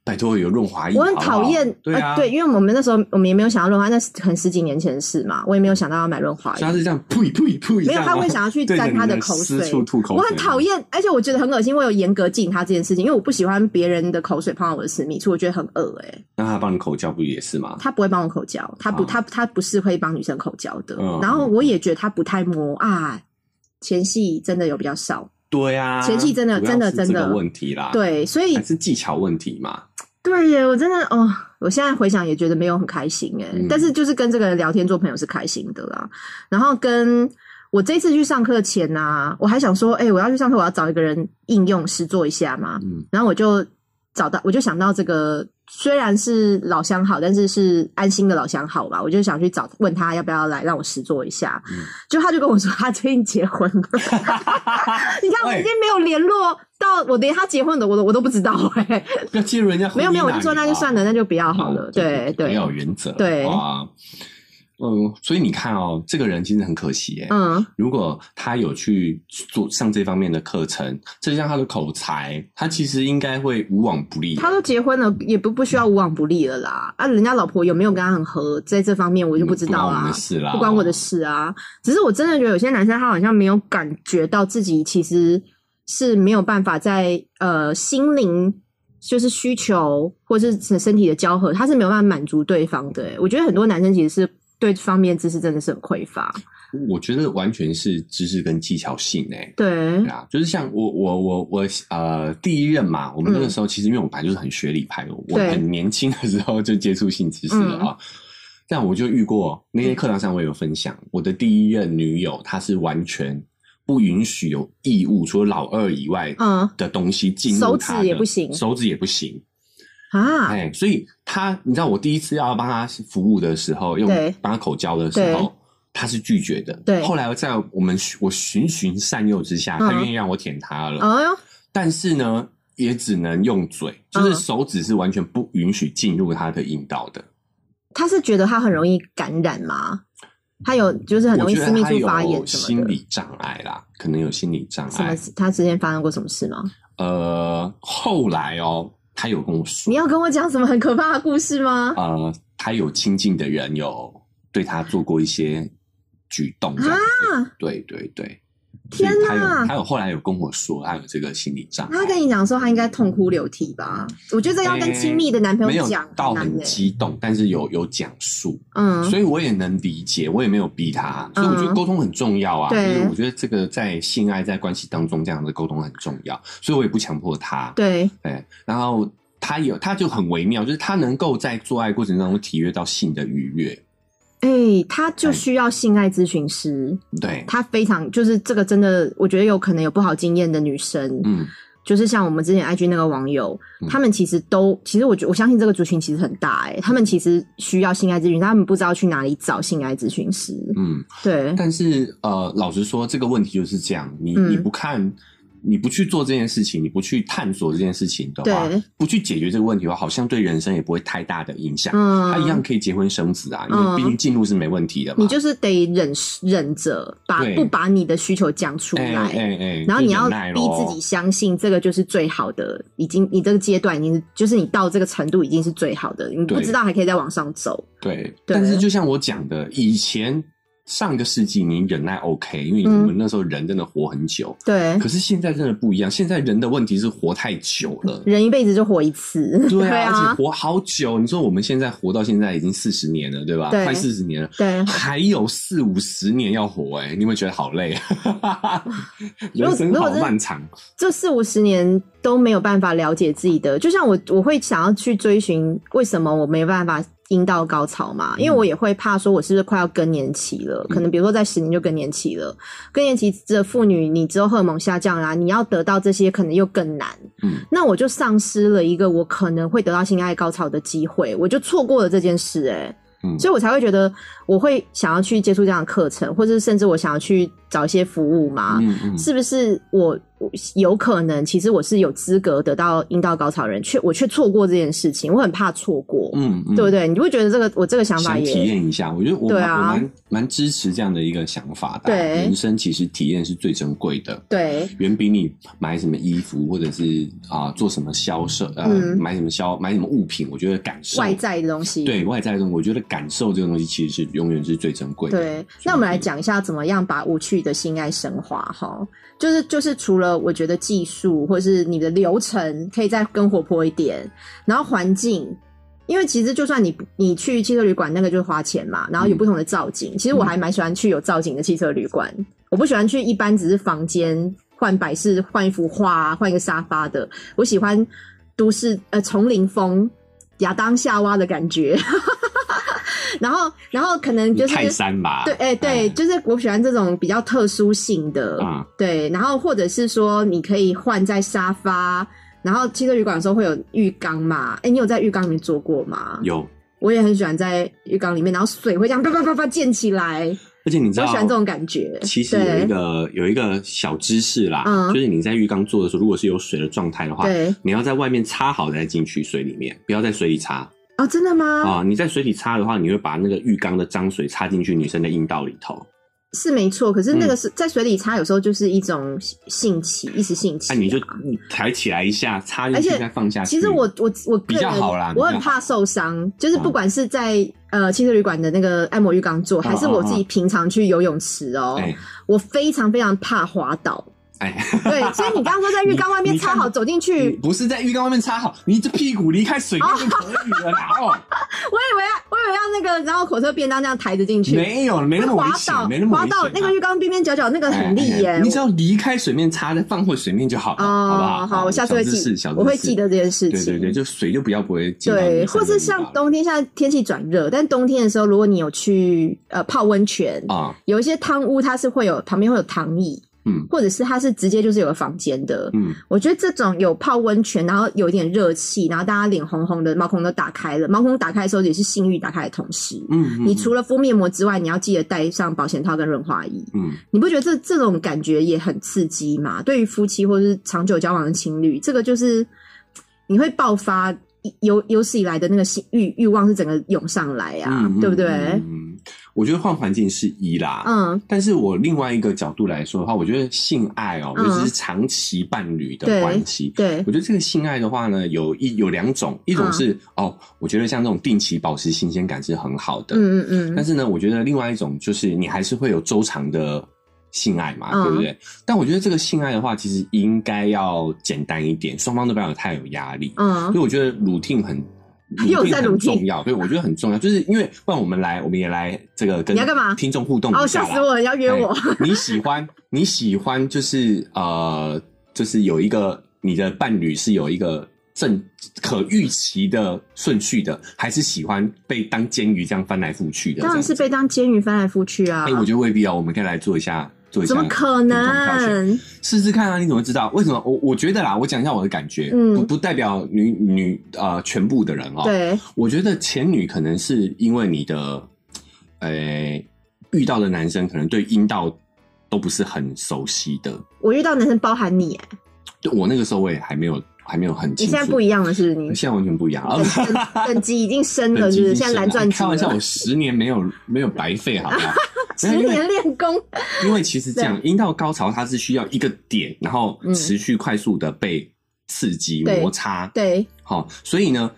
Speaker 2: 拜托有润滑液，
Speaker 1: 我很
Speaker 2: 好不好
Speaker 1: 讨厌，
Speaker 2: 哎对啊，
Speaker 1: 呃对，因为我们那时候我们也没有想要润滑，那是很十几年前的事嘛，我也没有想到要买润滑
Speaker 2: 所以
Speaker 1: 液
Speaker 2: 他，是这样呸呸呸，
Speaker 1: 没有，
Speaker 2: 这样
Speaker 1: 他
Speaker 2: 吗
Speaker 1: 会想要去
Speaker 2: 对着
Speaker 1: 沾
Speaker 2: 你
Speaker 1: 他
Speaker 2: 的
Speaker 1: 口
Speaker 2: 私
Speaker 1: 水，
Speaker 2: 处吐口水，
Speaker 1: 我很讨。厌，而且我觉得很恶心，我有严格禁他这件事情，因为我不喜欢别人的口水碰到我的私密处，我觉得很恶哎、
Speaker 2: 那他帮你口交不也是吗？
Speaker 1: 他不会帮我口交，他不、
Speaker 2: 啊
Speaker 1: 他他不是会帮女生口交的。
Speaker 2: 嗯
Speaker 1: 然后我也觉得他不太摸啊，前戏真的有比较少，
Speaker 2: 对啊，
Speaker 1: 前戏真的
Speaker 2: 主要
Speaker 1: 真的
Speaker 2: 是
Speaker 1: 真
Speaker 2: 这个
Speaker 1: 的
Speaker 2: 问题啦，，
Speaker 1: 对，所以
Speaker 2: 还是技巧问题嘛。
Speaker 1: 对耶，我真的哦，我现在回想也觉得没有很开心哎、
Speaker 2: 嗯
Speaker 1: 但是就是跟这个人聊天做朋友是开心的啦。然后跟我这次去上课前啊，我还想说，哎、我要去上课，我要找一个人应用实做一下嘛。
Speaker 2: 嗯
Speaker 1: 然后我就找到，我就想到这个，虽然是老相好，但是是安心的老相好吧。我就想去找问他要不要来让我实做一下，
Speaker 2: 嗯
Speaker 1: 就他就跟我说他最近结婚了。你看，我
Speaker 2: 喂
Speaker 1: 已经没有联络到，我连他结婚的我都我都不知道哎、
Speaker 2: 不要介入人家婚姻啊，
Speaker 1: 没有没有，我就说
Speaker 2: 你
Speaker 1: 哦那就
Speaker 2: 啊
Speaker 1: 算了，那就不要好了。
Speaker 2: 哦
Speaker 1: 对
Speaker 2: 很
Speaker 1: 对
Speaker 2: 有原则，
Speaker 1: 对
Speaker 2: 哇。嗯，所以你看哦，这个人其实很可惜耶。
Speaker 1: 嗯
Speaker 2: 如果他有去做上这方面的课程，再加上他的口才，他其实应该会无往不利的。
Speaker 1: 他都结婚了，也不不需要无往不利了啦。啊，人家老婆有没有跟他很合，在这方面我就不知道
Speaker 2: 嗯不关我们
Speaker 1: 啊
Speaker 2: 的，事啦，
Speaker 1: 不关我的。事啊。只是我真的觉得有些男生他好像没有感觉到自己其实是没有办法在呃心灵。就是需求或是身体的交合，他是没有办法满足对方的欸、我觉得很多男生其实是对这方面知识真的是很匮乏。
Speaker 2: 我觉得完全是知识跟技巧性哎。
Speaker 1: 对
Speaker 2: 对，啊，就是像我我我我呃第一任嘛，我们那个时候其实因为我本来就是很学理派，我
Speaker 1: 嗯对嗯
Speaker 2: 很年轻的时候就接触性知识了啊。但我就遇过那些课堂上我有分享，我的第一任女友她是完全不允许有异物，除了老二以外
Speaker 1: 嗯
Speaker 2: 的东西进入她
Speaker 1: 手
Speaker 2: 的
Speaker 1: 指也不行
Speaker 2: 手指也不行。
Speaker 1: 啊，
Speaker 2: 哎、所以她你知道我第一次要帮她服务的时候，用
Speaker 1: 对
Speaker 2: 帮她口交的时
Speaker 1: 对
Speaker 2: 候。她是拒绝的，
Speaker 1: 对
Speaker 2: 后来在我们我循循善诱之下，她
Speaker 1: 嗯
Speaker 2: 愿意让我舔她了。
Speaker 1: 哎呦，
Speaker 2: 但是呢，也只能用嘴，
Speaker 1: 嗯
Speaker 2: 就是手指是完全不允许进入他的阴道的。
Speaker 1: 他是觉得他很容易感染吗？他有就是很容
Speaker 2: 我
Speaker 1: 易
Speaker 2: 觉
Speaker 1: 私
Speaker 2: 得
Speaker 1: 密
Speaker 2: 他
Speaker 1: 处发
Speaker 2: 有
Speaker 1: 炎什么
Speaker 2: 心
Speaker 1: 的。
Speaker 2: 理哎障碍啦，可能有心理障
Speaker 1: 什么
Speaker 2: 碍。？
Speaker 1: 他之前发生过什么事吗？
Speaker 2: 呃，后来哦，他有跟我说
Speaker 1: 你，要跟我讲什么很可怕的故事吗？
Speaker 2: 呃，他有亲近的人有对他做过一些举动这样子。
Speaker 1: 啊
Speaker 2: 对对对，
Speaker 1: 天
Speaker 2: 所以他
Speaker 1: 哪
Speaker 2: 有他有后来有跟我说，他有这个心理障
Speaker 1: 他
Speaker 2: 碍。
Speaker 1: 跟你讲说他应该痛哭流涕吧？我觉得这要跟亲密的男朋
Speaker 2: 没
Speaker 1: 友
Speaker 2: 有
Speaker 1: 讲，
Speaker 2: 到
Speaker 1: 很
Speaker 2: 很
Speaker 1: 难欸
Speaker 2: 激动，但是有有讲述，
Speaker 1: 嗯
Speaker 2: 所以我也能理解，我也没有逼他，所以我觉得
Speaker 1: 嗯
Speaker 2: 沟通很重要啊。
Speaker 1: 对
Speaker 2: 就是我觉得这个在性爱在关系当中这样的沟通很重要，所以我也不强迫他。
Speaker 1: 对，
Speaker 2: 对，然后他有他就很微妙，就是他能够在做爱过程当中体验到性的愉悦。
Speaker 1: 哎、他就需要性爱咨询师，
Speaker 2: 对，
Speaker 1: 他非常就是这个真的，我觉得有可能有不好经验的女生，
Speaker 2: 嗯，
Speaker 1: 就是像我们之前 IG 那个网友，
Speaker 2: 嗯
Speaker 1: 他们其实都，其实我觉我相信这个族群其实很大哎、他们其实需要性爱咨询，他们不知道去哪里找性爱咨询师。
Speaker 2: 嗯，
Speaker 1: 对，
Speaker 2: 但是呃，老实说，这个问题就是这样，你
Speaker 1: 嗯
Speaker 2: 你不看。你不去做这件事情，你不去探索这件事情的话
Speaker 1: 对，
Speaker 2: 不去解决这个问题的话，好像对人生也不会太大的影响。
Speaker 1: 嗯，
Speaker 2: 他一样可以结婚生子啊，因
Speaker 1: 嗯
Speaker 2: 为毕竟进入是没问题的嘛。
Speaker 1: 你就是得忍忍着，把
Speaker 2: 对
Speaker 1: 不把你的需求讲出
Speaker 2: 哎
Speaker 1: 来，
Speaker 2: 哎哎，
Speaker 1: 然后你要
Speaker 2: 就忍耐
Speaker 1: 逼
Speaker 2: 咯
Speaker 1: 自己相信这个就是最好的，已经你这个阶段已经是就是你到这个程度已经是最好的，你不
Speaker 2: 对
Speaker 1: 知道还可以再往上走。
Speaker 2: 对。
Speaker 1: 对
Speaker 2: 但是就像我讲的，以前上个世纪你忍耐 OK，因为
Speaker 1: 嗯
Speaker 2: 我们那时候人真的活很久。
Speaker 1: 对，
Speaker 2: 可是现在真的不一样，现在人的问题是活太久了。
Speaker 1: 人一辈子就活一次，
Speaker 2: 对
Speaker 1: 对
Speaker 2: 啊，而且
Speaker 1: 啊，
Speaker 2: 活好久。你说我们现在活到现在已经四十年了，对吧？
Speaker 1: 对
Speaker 2: 快四十年了，
Speaker 1: 对。
Speaker 2: 还有四五十年要活、哎，你会觉得好累， 人生
Speaker 1: 如果
Speaker 2: 好
Speaker 1: 真的
Speaker 2: 漫长。
Speaker 1: 这四五十年都没有办法了解自己的，就像我我会想要去追寻为什么我没办法阴道高潮嘛，因为
Speaker 2: 嗯
Speaker 1: 我也会怕说我是不是快要更年期了，可能比如说在十年就更年期了，更年期的妇女你之后荷尔蒙下降啦、啊你要得到这些可能又更难，
Speaker 2: 嗯，
Speaker 1: 那我就丧失了一个我可能会得到性爱高潮的机会，我就错过了这件事、欸，
Speaker 2: 嗯
Speaker 1: 所以我才会觉得我会想要去接触这样的课程，或者甚至我想要去找一些服务嘛，
Speaker 2: 嗯嗯，
Speaker 1: 是不是我我有可能其实我是有资格得到阴道高潮的人，却我却错过这件事情，我很怕错过，
Speaker 2: 嗯嗯，
Speaker 1: 对不对？你会觉得这个我这个想法
Speaker 2: 想体
Speaker 1: 也
Speaker 2: 验一下，我觉得我
Speaker 1: 对
Speaker 2: 蛮、
Speaker 1: 啊
Speaker 2: 我蛮蛮支持这样的一个想法的
Speaker 1: 对
Speaker 2: 啊、人生其实体验是最珍贵的，
Speaker 1: 对
Speaker 2: 远比你买什么衣服或者是啊、做什么销售呃、
Speaker 1: 嗯
Speaker 2: 买什么销买什么物品，我觉得感受
Speaker 1: 外在的东西。
Speaker 2: 对外在的东西，我觉得感受这个东西其实是永远是最珍贵的。嗯
Speaker 1: 对，那我们来讲一下怎么样把无趣的性爱升华哈，就是就是除了我觉得技术或是你的流程可以再更活泼一点，然后环境。因为其实就算你你去汽车旅馆，那个就是花钱嘛，然后有
Speaker 2: 嗯
Speaker 1: 不同的造景。其实我还蛮喜欢去有造景的汽车旅馆，我不喜欢去一般只是房间换摆饰、换一幅画、啊、换一个沙发的。我喜欢都市呃丛林风、亚当夏娃的感觉。 然后，然后可能就是
Speaker 2: 泰山吧，
Speaker 1: 对，哎、对，就是我喜欢这种比较特殊性的，
Speaker 2: 啊、
Speaker 1: 对，然后或者是说你可以换在沙发，然后汽车旅馆的时候会有浴缸嘛，哎、你有在浴缸里面坐过吗？
Speaker 2: 有，
Speaker 1: 我也很喜欢在浴缸里面，然后水会这样啪啪啪啪溅起来，
Speaker 2: 而且你知
Speaker 1: 我
Speaker 2: 道，
Speaker 1: 喜欢这种感觉。
Speaker 2: 其实有一
Speaker 1: 对
Speaker 2: 个有一个小知识啦，
Speaker 1: 嗯
Speaker 2: 就是你在浴缸做的时候，如果是有水的状态的话，
Speaker 1: 对
Speaker 2: 你要在外面擦好再进去水里面，不要在水里擦。
Speaker 1: 哦，真的吗？
Speaker 2: 啊、你在水里擦的话，你会把那个浴缸的脏水擦进去女生的阴道里头，
Speaker 1: 是没错，可是
Speaker 2: 嗯
Speaker 1: 那个是、在水里擦，有时候就是一种性起，一时兴起、
Speaker 2: 那、你就抬起来一下，擦进去
Speaker 1: 啊而且
Speaker 2: 再放下去。
Speaker 1: 其实我我我个
Speaker 2: 比较
Speaker 1: 人
Speaker 2: 好啦
Speaker 1: 我很
Speaker 2: 比较好嗯
Speaker 1: 怕受伤，就是不管是在、呃汽车旅馆的那个按摩浴缸做，还是我自己平常去游泳池哦，
Speaker 2: 哦哎
Speaker 1: 我非常非常怕滑倒。
Speaker 2: 哎，
Speaker 1: 对，所以你刚刚说在浴缸外面
Speaker 2: 你
Speaker 1: 擦好
Speaker 2: 你
Speaker 1: 走进
Speaker 2: 你
Speaker 1: 去，啊
Speaker 2: 不是在浴缸外面擦好，你这屁股离开水面就可以了啦。哦，
Speaker 1: 我以为我以为要那个，然后口车便当这样抬着进去，
Speaker 2: 没有，没那么危
Speaker 1: 滑
Speaker 2: 险，
Speaker 1: 倒
Speaker 2: 没那么
Speaker 1: 滑
Speaker 2: 危险
Speaker 1: 倒
Speaker 2: 啊。
Speaker 1: 那个浴缸边边角角那个很
Speaker 2: 哎
Speaker 1: 利
Speaker 2: 哎哎
Speaker 1: 耶。
Speaker 2: 你只要离开水面擦，再放回水面就好了，好不
Speaker 1: 哦，
Speaker 2: 好？
Speaker 1: 好，我下次会
Speaker 2: 小知识
Speaker 1: 记
Speaker 2: 小，知
Speaker 1: 我会
Speaker 2: 识
Speaker 1: 记得这件事
Speaker 2: 对
Speaker 1: 情。
Speaker 2: 对对，就水就不要不会进到
Speaker 1: 对，
Speaker 2: 女生
Speaker 1: 或
Speaker 2: 的
Speaker 1: 是
Speaker 2: 阴
Speaker 1: 像
Speaker 2: 道
Speaker 1: 冬天，现在天气转热，但冬天的时候，如果你有去呃泡温泉，
Speaker 2: 里啊，
Speaker 1: 有一些汤屋它是会有旁边会有躺椅，
Speaker 2: 嗯
Speaker 1: 或者是它是直接就是有个房间的。
Speaker 2: 嗯，
Speaker 1: 我觉得这种有泡温泉，然后有点热气，然后大家脸红红的，毛孔都打开了，毛孔打开的时候也是性欲打开的同时。
Speaker 2: 嗯，嗯
Speaker 1: 你除了敷面膜之外，你要记得带上保险套跟润滑液。
Speaker 2: 嗯
Speaker 1: 你不觉得这这种感觉也很刺激吗？对于夫妻或是长久交往的情侣，这个就是你会爆发有有史以来的那个性欲欲望是整个涌上来啊，
Speaker 2: 嗯嗯
Speaker 1: 对不对？
Speaker 2: 嗯，嗯我觉得换环境是一啦，
Speaker 1: 嗯，
Speaker 2: 但是我另外一个角度来说的话，我觉得性爱哦，
Speaker 1: 嗯
Speaker 2: 尤其是长期伴侣的
Speaker 1: 对
Speaker 2: 关系。
Speaker 1: 对
Speaker 2: 我觉得这个性爱的话呢，有一有两种，一种是、哦，我觉得像这种定期保持新鲜感是很好的，
Speaker 1: 嗯嗯
Speaker 2: 但
Speaker 1: 嗯，
Speaker 2: 是呢，我觉得另外一种就是你还是会有周长的性爱嘛，
Speaker 1: 嗯
Speaker 2: 对不对？但我觉得这个性爱的话，其实应该要简单一点，双方都不要有太有压力。
Speaker 1: 嗯
Speaker 2: 所以我觉得 routine 很。
Speaker 1: 又
Speaker 2: routine
Speaker 1: 在
Speaker 2: 很
Speaker 1: routine
Speaker 2: 重要，对我觉得很重要，就是因为不然我们来，我们也来这个跟
Speaker 1: 你要干嘛
Speaker 2: 听众互动
Speaker 1: 哦，
Speaker 2: 一
Speaker 1: 吓
Speaker 2: 下
Speaker 1: 死
Speaker 2: 啦。
Speaker 1: 我了！要约我，
Speaker 2: 哎你喜欢 你喜欢就是呃，就是有一个你的伴侣是有一个正可预期的顺序的，还是喜欢被当监鱼这样翻来覆去的？
Speaker 1: 当然是被当煎鱼翻来覆去啊
Speaker 2: 哎、，我觉得未必哦，我们可以来做一下做一下
Speaker 1: 怎
Speaker 2: 听
Speaker 1: 么
Speaker 2: 众票
Speaker 1: 可
Speaker 2: 选，
Speaker 1: 能？
Speaker 2: 试试看啊，你怎么知道？为什么？我我觉得啦，我讲一下我的感觉，
Speaker 1: 嗯
Speaker 2: 不不代表女女呃全部的人哦、，
Speaker 1: 对，
Speaker 2: 我觉得前女可能是因为你的，呃，遇到的男生可能对阴道都不是很熟悉的。
Speaker 1: 我遇到男生包含你，哎
Speaker 2: 对我那个时候我也还没有还没有很
Speaker 1: 你
Speaker 2: 清楚，
Speaker 1: 现在不一样了，是不是你？
Speaker 2: 现在完全不一样啊。
Speaker 1: 等等级已经升 了，是不是？现在蓝钻级
Speaker 2: 开玩笑，我
Speaker 1: 了，啊
Speaker 2: 十年没有没有白费，好不好？
Speaker 1: 十年练功，
Speaker 2: 因为其实这样，阴道高潮它是需要一个点，然后
Speaker 1: 嗯
Speaker 2: 持续快速的被刺激、
Speaker 1: 对
Speaker 2: 摩擦，
Speaker 1: 对，
Speaker 2: 好、所以呢，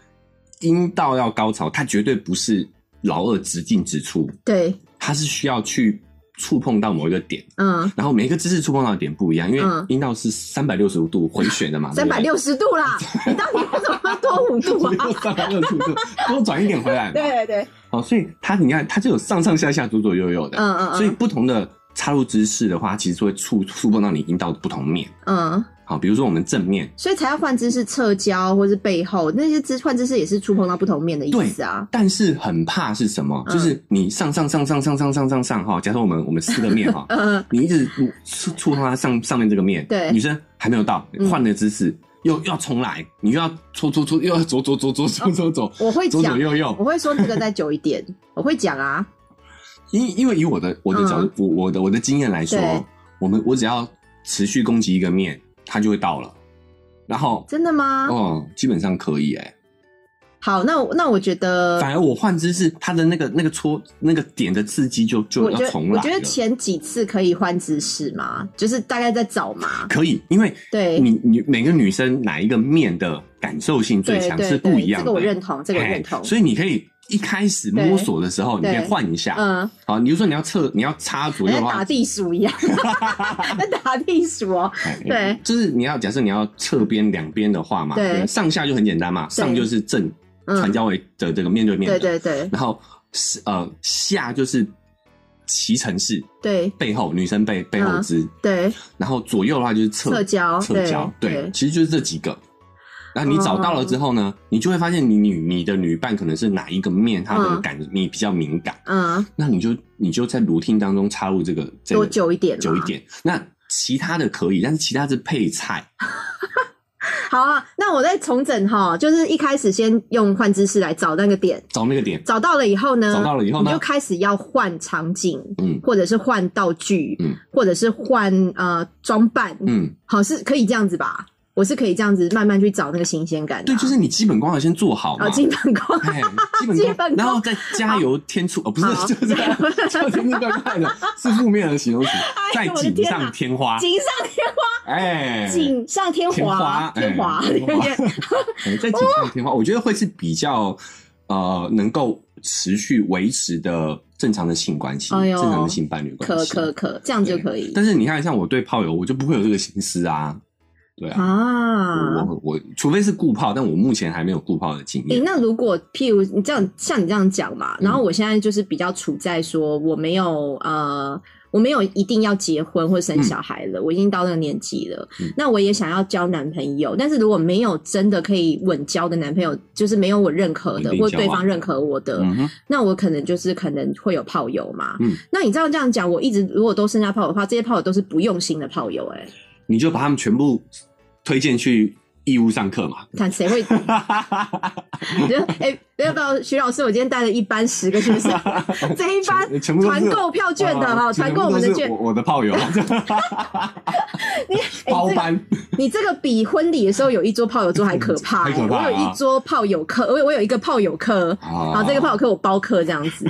Speaker 2: 阴道要高潮，它绝对不是老二直进直出，
Speaker 1: 对，
Speaker 2: 它是需要去触碰到某一个点，
Speaker 1: 嗯，
Speaker 2: 然后每一个姿势触碰到的点不一样，因为
Speaker 1: 嗯
Speaker 2: 阴道是三百六十度回旋的嘛，
Speaker 1: 三百六十度啦，你到底为什么要多五度啊？
Speaker 2: 三百六十度，多转一点回来嘛，
Speaker 1: 对对对，
Speaker 2: 好、所以它你看，它就有上上下下、左左右右的，
Speaker 1: 嗯嗯
Speaker 2: 所以不同的插入姿势的话，其实会触触碰到你阴道的不同面。
Speaker 1: 嗯，
Speaker 2: 好，比如说我们正面，
Speaker 1: 所以才要换姿势，侧交或是背后那些姿换姿势也是触碰到不同面的意思啊。
Speaker 2: 但是很怕是什么？
Speaker 1: 嗯，
Speaker 2: 就是你上上上上上上上上上哈，假设我们我们四个面哈
Speaker 1: 嗯，
Speaker 2: 你一直触触碰它上上面这个面，
Speaker 1: 对
Speaker 2: 女生还没有到，
Speaker 1: 嗯
Speaker 2: 换了姿势、又要重来，你又要搓搓搓，又要左左左左左左左，
Speaker 1: 我会
Speaker 2: 左
Speaker 1: 讲
Speaker 2: 左，右
Speaker 1: 我
Speaker 2: 右。
Speaker 1: 会说这个再久一点，我会讲啊。
Speaker 2: 因因为以我的我的角度，我我的我的经验来说
Speaker 1: 嗯对，
Speaker 2: 我们我只要持续攻击一个面，它就会到了，然后
Speaker 1: 真的吗？
Speaker 2: 哦，基本上可以哎、
Speaker 1: 好，那我那我觉得，
Speaker 2: 反而我换姿势，它的那个那个戳那个点的刺激就就
Speaker 1: 我
Speaker 2: 要
Speaker 1: 觉得
Speaker 2: 重
Speaker 1: 我
Speaker 2: 来
Speaker 1: 觉得
Speaker 2: 了
Speaker 1: 前几次可以换姿势嘛，就是大概在找嘛。
Speaker 2: 可以，因为
Speaker 1: 对
Speaker 2: 你你每个女生哪一个面的感受性最
Speaker 1: 对
Speaker 2: 强
Speaker 1: 对
Speaker 2: 是不
Speaker 1: 对，
Speaker 2: 一样
Speaker 1: 这
Speaker 2: 的，
Speaker 1: 个我认同，这个我
Speaker 2: 哎
Speaker 1: 认同。
Speaker 2: 所以你可以一开始摸索的时候，你
Speaker 1: 对
Speaker 2: 可以换一下。
Speaker 1: 嗯，
Speaker 2: 好，你就说你要侧，你要插左右
Speaker 1: 像
Speaker 2: 的
Speaker 1: 打
Speaker 2: 话，
Speaker 1: 地鼠 一样，跟打地鼠哦。
Speaker 2: 哎
Speaker 1: 对
Speaker 2: 就是你要假设你要侧边两边的话嘛，
Speaker 1: 对
Speaker 2: 不上下就很简单嘛，上就是正
Speaker 1: 嗯
Speaker 2: 传教位的这个面对面
Speaker 1: 对对
Speaker 2: 的，
Speaker 1: 对
Speaker 2: 然后是呃下就是骑乘式
Speaker 1: 对
Speaker 2: 背后女生背背后
Speaker 1: 嗯
Speaker 2: 姿，
Speaker 1: 对，
Speaker 2: 然后左右的话就是侧
Speaker 1: 侧交
Speaker 2: 侧
Speaker 1: 对
Speaker 2: 交，对
Speaker 1: 对，嗯
Speaker 2: 其实就是这几个。然后你找到了之后呢，你就会发现你女你的女伴可能是哪一个面，她的
Speaker 1: 嗯
Speaker 2: 感你比较敏感，
Speaker 1: 嗯，
Speaker 2: 那你就你就在 routine 当中插入这个这
Speaker 1: 多
Speaker 2: 个
Speaker 1: 久一点？
Speaker 2: 久一。点。那其他的可以，但是其他是配菜，
Speaker 1: 好啊，那我再重整哈，就是一开始先用换姿势来找那个点，
Speaker 2: 找那个点，
Speaker 1: 找到了以后呢，
Speaker 2: 找到了以后呢
Speaker 1: 你就开始要换场景，
Speaker 2: 嗯
Speaker 1: 或者是换道具，
Speaker 2: 嗯，
Speaker 1: 或者是换呃装扮，
Speaker 2: 嗯，
Speaker 1: 好是可以这样子吧？我是可以这样子慢慢去找那个新鲜感的
Speaker 2: 对，
Speaker 1: 啊、
Speaker 2: 就是你基本功要先做好嘛
Speaker 1: 哦，，基本功，
Speaker 2: 哎，基 本
Speaker 1: 基
Speaker 2: 功，
Speaker 1: 本
Speaker 2: 然后
Speaker 1: 功
Speaker 2: 再加油添醋，哦，不
Speaker 1: 好
Speaker 2: 是， 就是 就是那个快了，是负面的形容词，
Speaker 1: 哎
Speaker 2: 再
Speaker 1: 呦我的
Speaker 2: 锦
Speaker 1: 天
Speaker 2: 上
Speaker 1: 哪
Speaker 2: 添花，
Speaker 1: 锦上添
Speaker 2: 哎，
Speaker 1: 花，锦上添花，
Speaker 2: 天
Speaker 1: 天
Speaker 2: 花
Speaker 1: 华，
Speaker 2: 哎
Speaker 1: 对不对
Speaker 2: 哎在锦上添花，我觉得会是比较呃能够持续维持的正常的性关系，
Speaker 1: 哎呦
Speaker 2: 正常的性伴侣关
Speaker 1: 可
Speaker 2: 系，
Speaker 1: 可可，这样就
Speaker 2: 对
Speaker 1: 可以
Speaker 2: 但是你看，像我对炮友，我就不会有这个心思啊，对啊，
Speaker 1: 啊。
Speaker 2: 我我除非是固炮，但我目前还没有固炮的经
Speaker 1: 诶、
Speaker 2: 验。
Speaker 1: 那如果譬如你这样，像你这样讲
Speaker 2: 嗯
Speaker 1: 嘛，然后我现在就是比较处在说我没有呃，我没有一定要结婚或生小孩了，我已经到那个年纪了。
Speaker 2: 嗯
Speaker 1: 那我也想要交男朋友，但是如果没有真的可以稳交的男朋友，就是没有我认可的
Speaker 2: 稳定交
Speaker 1: 或
Speaker 2: 往
Speaker 1: 对方认可我的，
Speaker 2: 嗯哼，
Speaker 1: 那我可能就是可能会有炮友嘛。
Speaker 2: 嗯
Speaker 1: 那你这样这样讲，我一直如果都剩下炮友的话，这些炮友都是不用心的炮友、欸，哎，
Speaker 2: 你就把他们全部推荐去义务上课嘛。
Speaker 1: 看谁 会觉得哎，要不要徐老师？我今天带了一班十个学 生，这一班
Speaker 2: 全全部都是
Speaker 1: 团购票券哦的哈，
Speaker 2: 啊
Speaker 1: 团购我们的
Speaker 2: 全
Speaker 1: 券
Speaker 2: 部都是。我我的 炮友，
Speaker 1: 你哎
Speaker 2: 包
Speaker 1: 这个
Speaker 2: 班，
Speaker 1: 你这个比婚礼的时候有一桌炮友桌还可 怕
Speaker 2: 还
Speaker 1: 哎，
Speaker 2: 可怕啊
Speaker 1: 我有一桌炮友课，我有我有一个炮友课，然
Speaker 2: 好
Speaker 1: 后这个炮友课我包课这样子，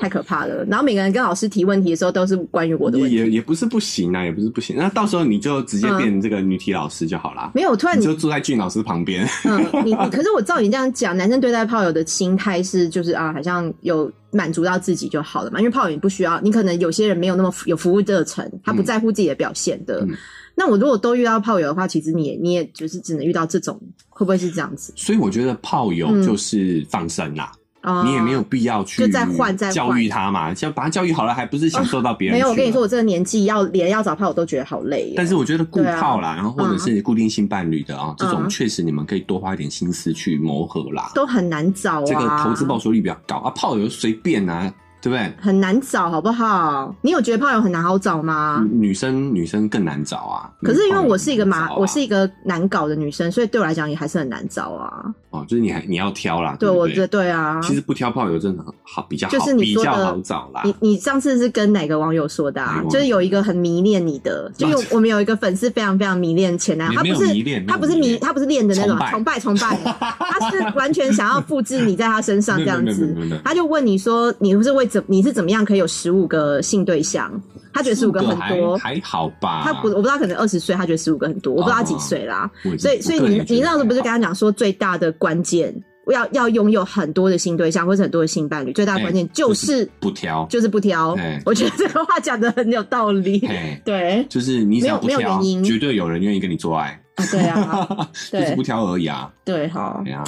Speaker 1: 太可怕了。然后每个人跟老师提问题的时候都是关于我的
Speaker 2: 也
Speaker 1: 问题，
Speaker 2: 也也不是不行啊，也不是不行。那到时候你就直接变这个女体老师就好啦，
Speaker 1: 没有。突然
Speaker 2: 你
Speaker 1: 你
Speaker 2: 就坐在俊老师旁边。
Speaker 1: 嗯，你 你可是我照你这样讲，男生对待炮友的心态是就是啊，好像有满足到自己就好了嘛，因为炮友你不需要，你可能有些人没有那么服有服务热忱，他不在乎自己的表现的。
Speaker 2: 嗯嗯
Speaker 1: 那我如果都遇到炮友的话，其实你也你也就是只能遇到这种，会不会是这样子？
Speaker 2: 所以我觉得炮友
Speaker 1: 嗯
Speaker 2: 就是放生啦，
Speaker 1: 啊、
Speaker 2: 你也没有必要去
Speaker 1: 就再换再换
Speaker 2: 教育他嘛，就把他教育好了，还不是享受到别人、
Speaker 1: 没
Speaker 2: 去
Speaker 1: 有，我跟你
Speaker 2: 了
Speaker 1: 说，我这个年纪要连要找炮友都觉得好累耶。
Speaker 2: 但是我觉得固
Speaker 1: 对啊
Speaker 2: 炮啦，然后或者是固定性伴侣的啊，这种
Speaker 1: 嗯
Speaker 2: 确实你们可以多花一点心思去磨合啦。
Speaker 1: 都很难找啊，
Speaker 2: 这个投资报酬率比较高啊，炮友随便啊，对不对？
Speaker 1: 很难找，好不好？你有觉得炮友很难好找吗？
Speaker 2: 女女生女生更难找啊。
Speaker 1: 啊可是因为我是一个
Speaker 2: 麻，
Speaker 1: 麻，我是一个难搞的女生，所以对我来讲也还是很难找啊。
Speaker 2: 哦，就是你还你要挑啦，
Speaker 1: 对，
Speaker 2: 不
Speaker 1: 我觉得对啊。
Speaker 2: 其实不挑炮友真的很好，比较好，
Speaker 1: 就是你
Speaker 2: 比
Speaker 1: 说
Speaker 2: 较
Speaker 1: 的
Speaker 2: 好找啦。
Speaker 1: 你你上次是跟哪个网友说的、
Speaker 2: 哪个
Speaker 1: 啊
Speaker 2: 网？友
Speaker 1: 就是有一个很迷恋你的，就有我们有一个粉丝非常非常迷恋前男友，
Speaker 2: 你
Speaker 1: 他
Speaker 2: 没有
Speaker 1: 不是
Speaker 2: 迷恋
Speaker 1: 他
Speaker 2: 没有
Speaker 1: 不是
Speaker 2: 迷
Speaker 1: 迷
Speaker 2: 恋
Speaker 1: 他不是恋的那种
Speaker 2: 崇
Speaker 1: 崇拜崇拜， 他是完全想要复制你在他身上这样
Speaker 2: 没有
Speaker 1: 子
Speaker 2: 没有没有没有没有。
Speaker 1: 他就问你说你是为怎你是怎么样可以有十五个性对象？他觉得十五个
Speaker 2: 四
Speaker 1: 很多，
Speaker 2: 还还好吧？
Speaker 1: 他不我不知道可能二十岁，他觉得十五个很多，我不知道他
Speaker 2: 啊
Speaker 1: 几岁啦。
Speaker 2: 我也是，
Speaker 1: 所以，所以你你那时候不是跟
Speaker 2: 刚
Speaker 1: 他讲说，最大的关键要要拥有很多的性对象或者很多的性伴侣，最大的关键就是、
Speaker 2: 不挑，
Speaker 1: 哎就是不挑。
Speaker 2: 哎
Speaker 1: 我觉得这个话讲的很有道理。
Speaker 2: 哎，
Speaker 1: 对
Speaker 2: 就是你只要不
Speaker 1: 没有没有
Speaker 2: 挑
Speaker 1: 原，因
Speaker 2: 绝对有人愿意跟你做爱，
Speaker 1: 啊，对 啊，
Speaker 2: 就
Speaker 1: 对
Speaker 2: 是不挑而已啊。
Speaker 1: 对，好
Speaker 2: 哎，呀，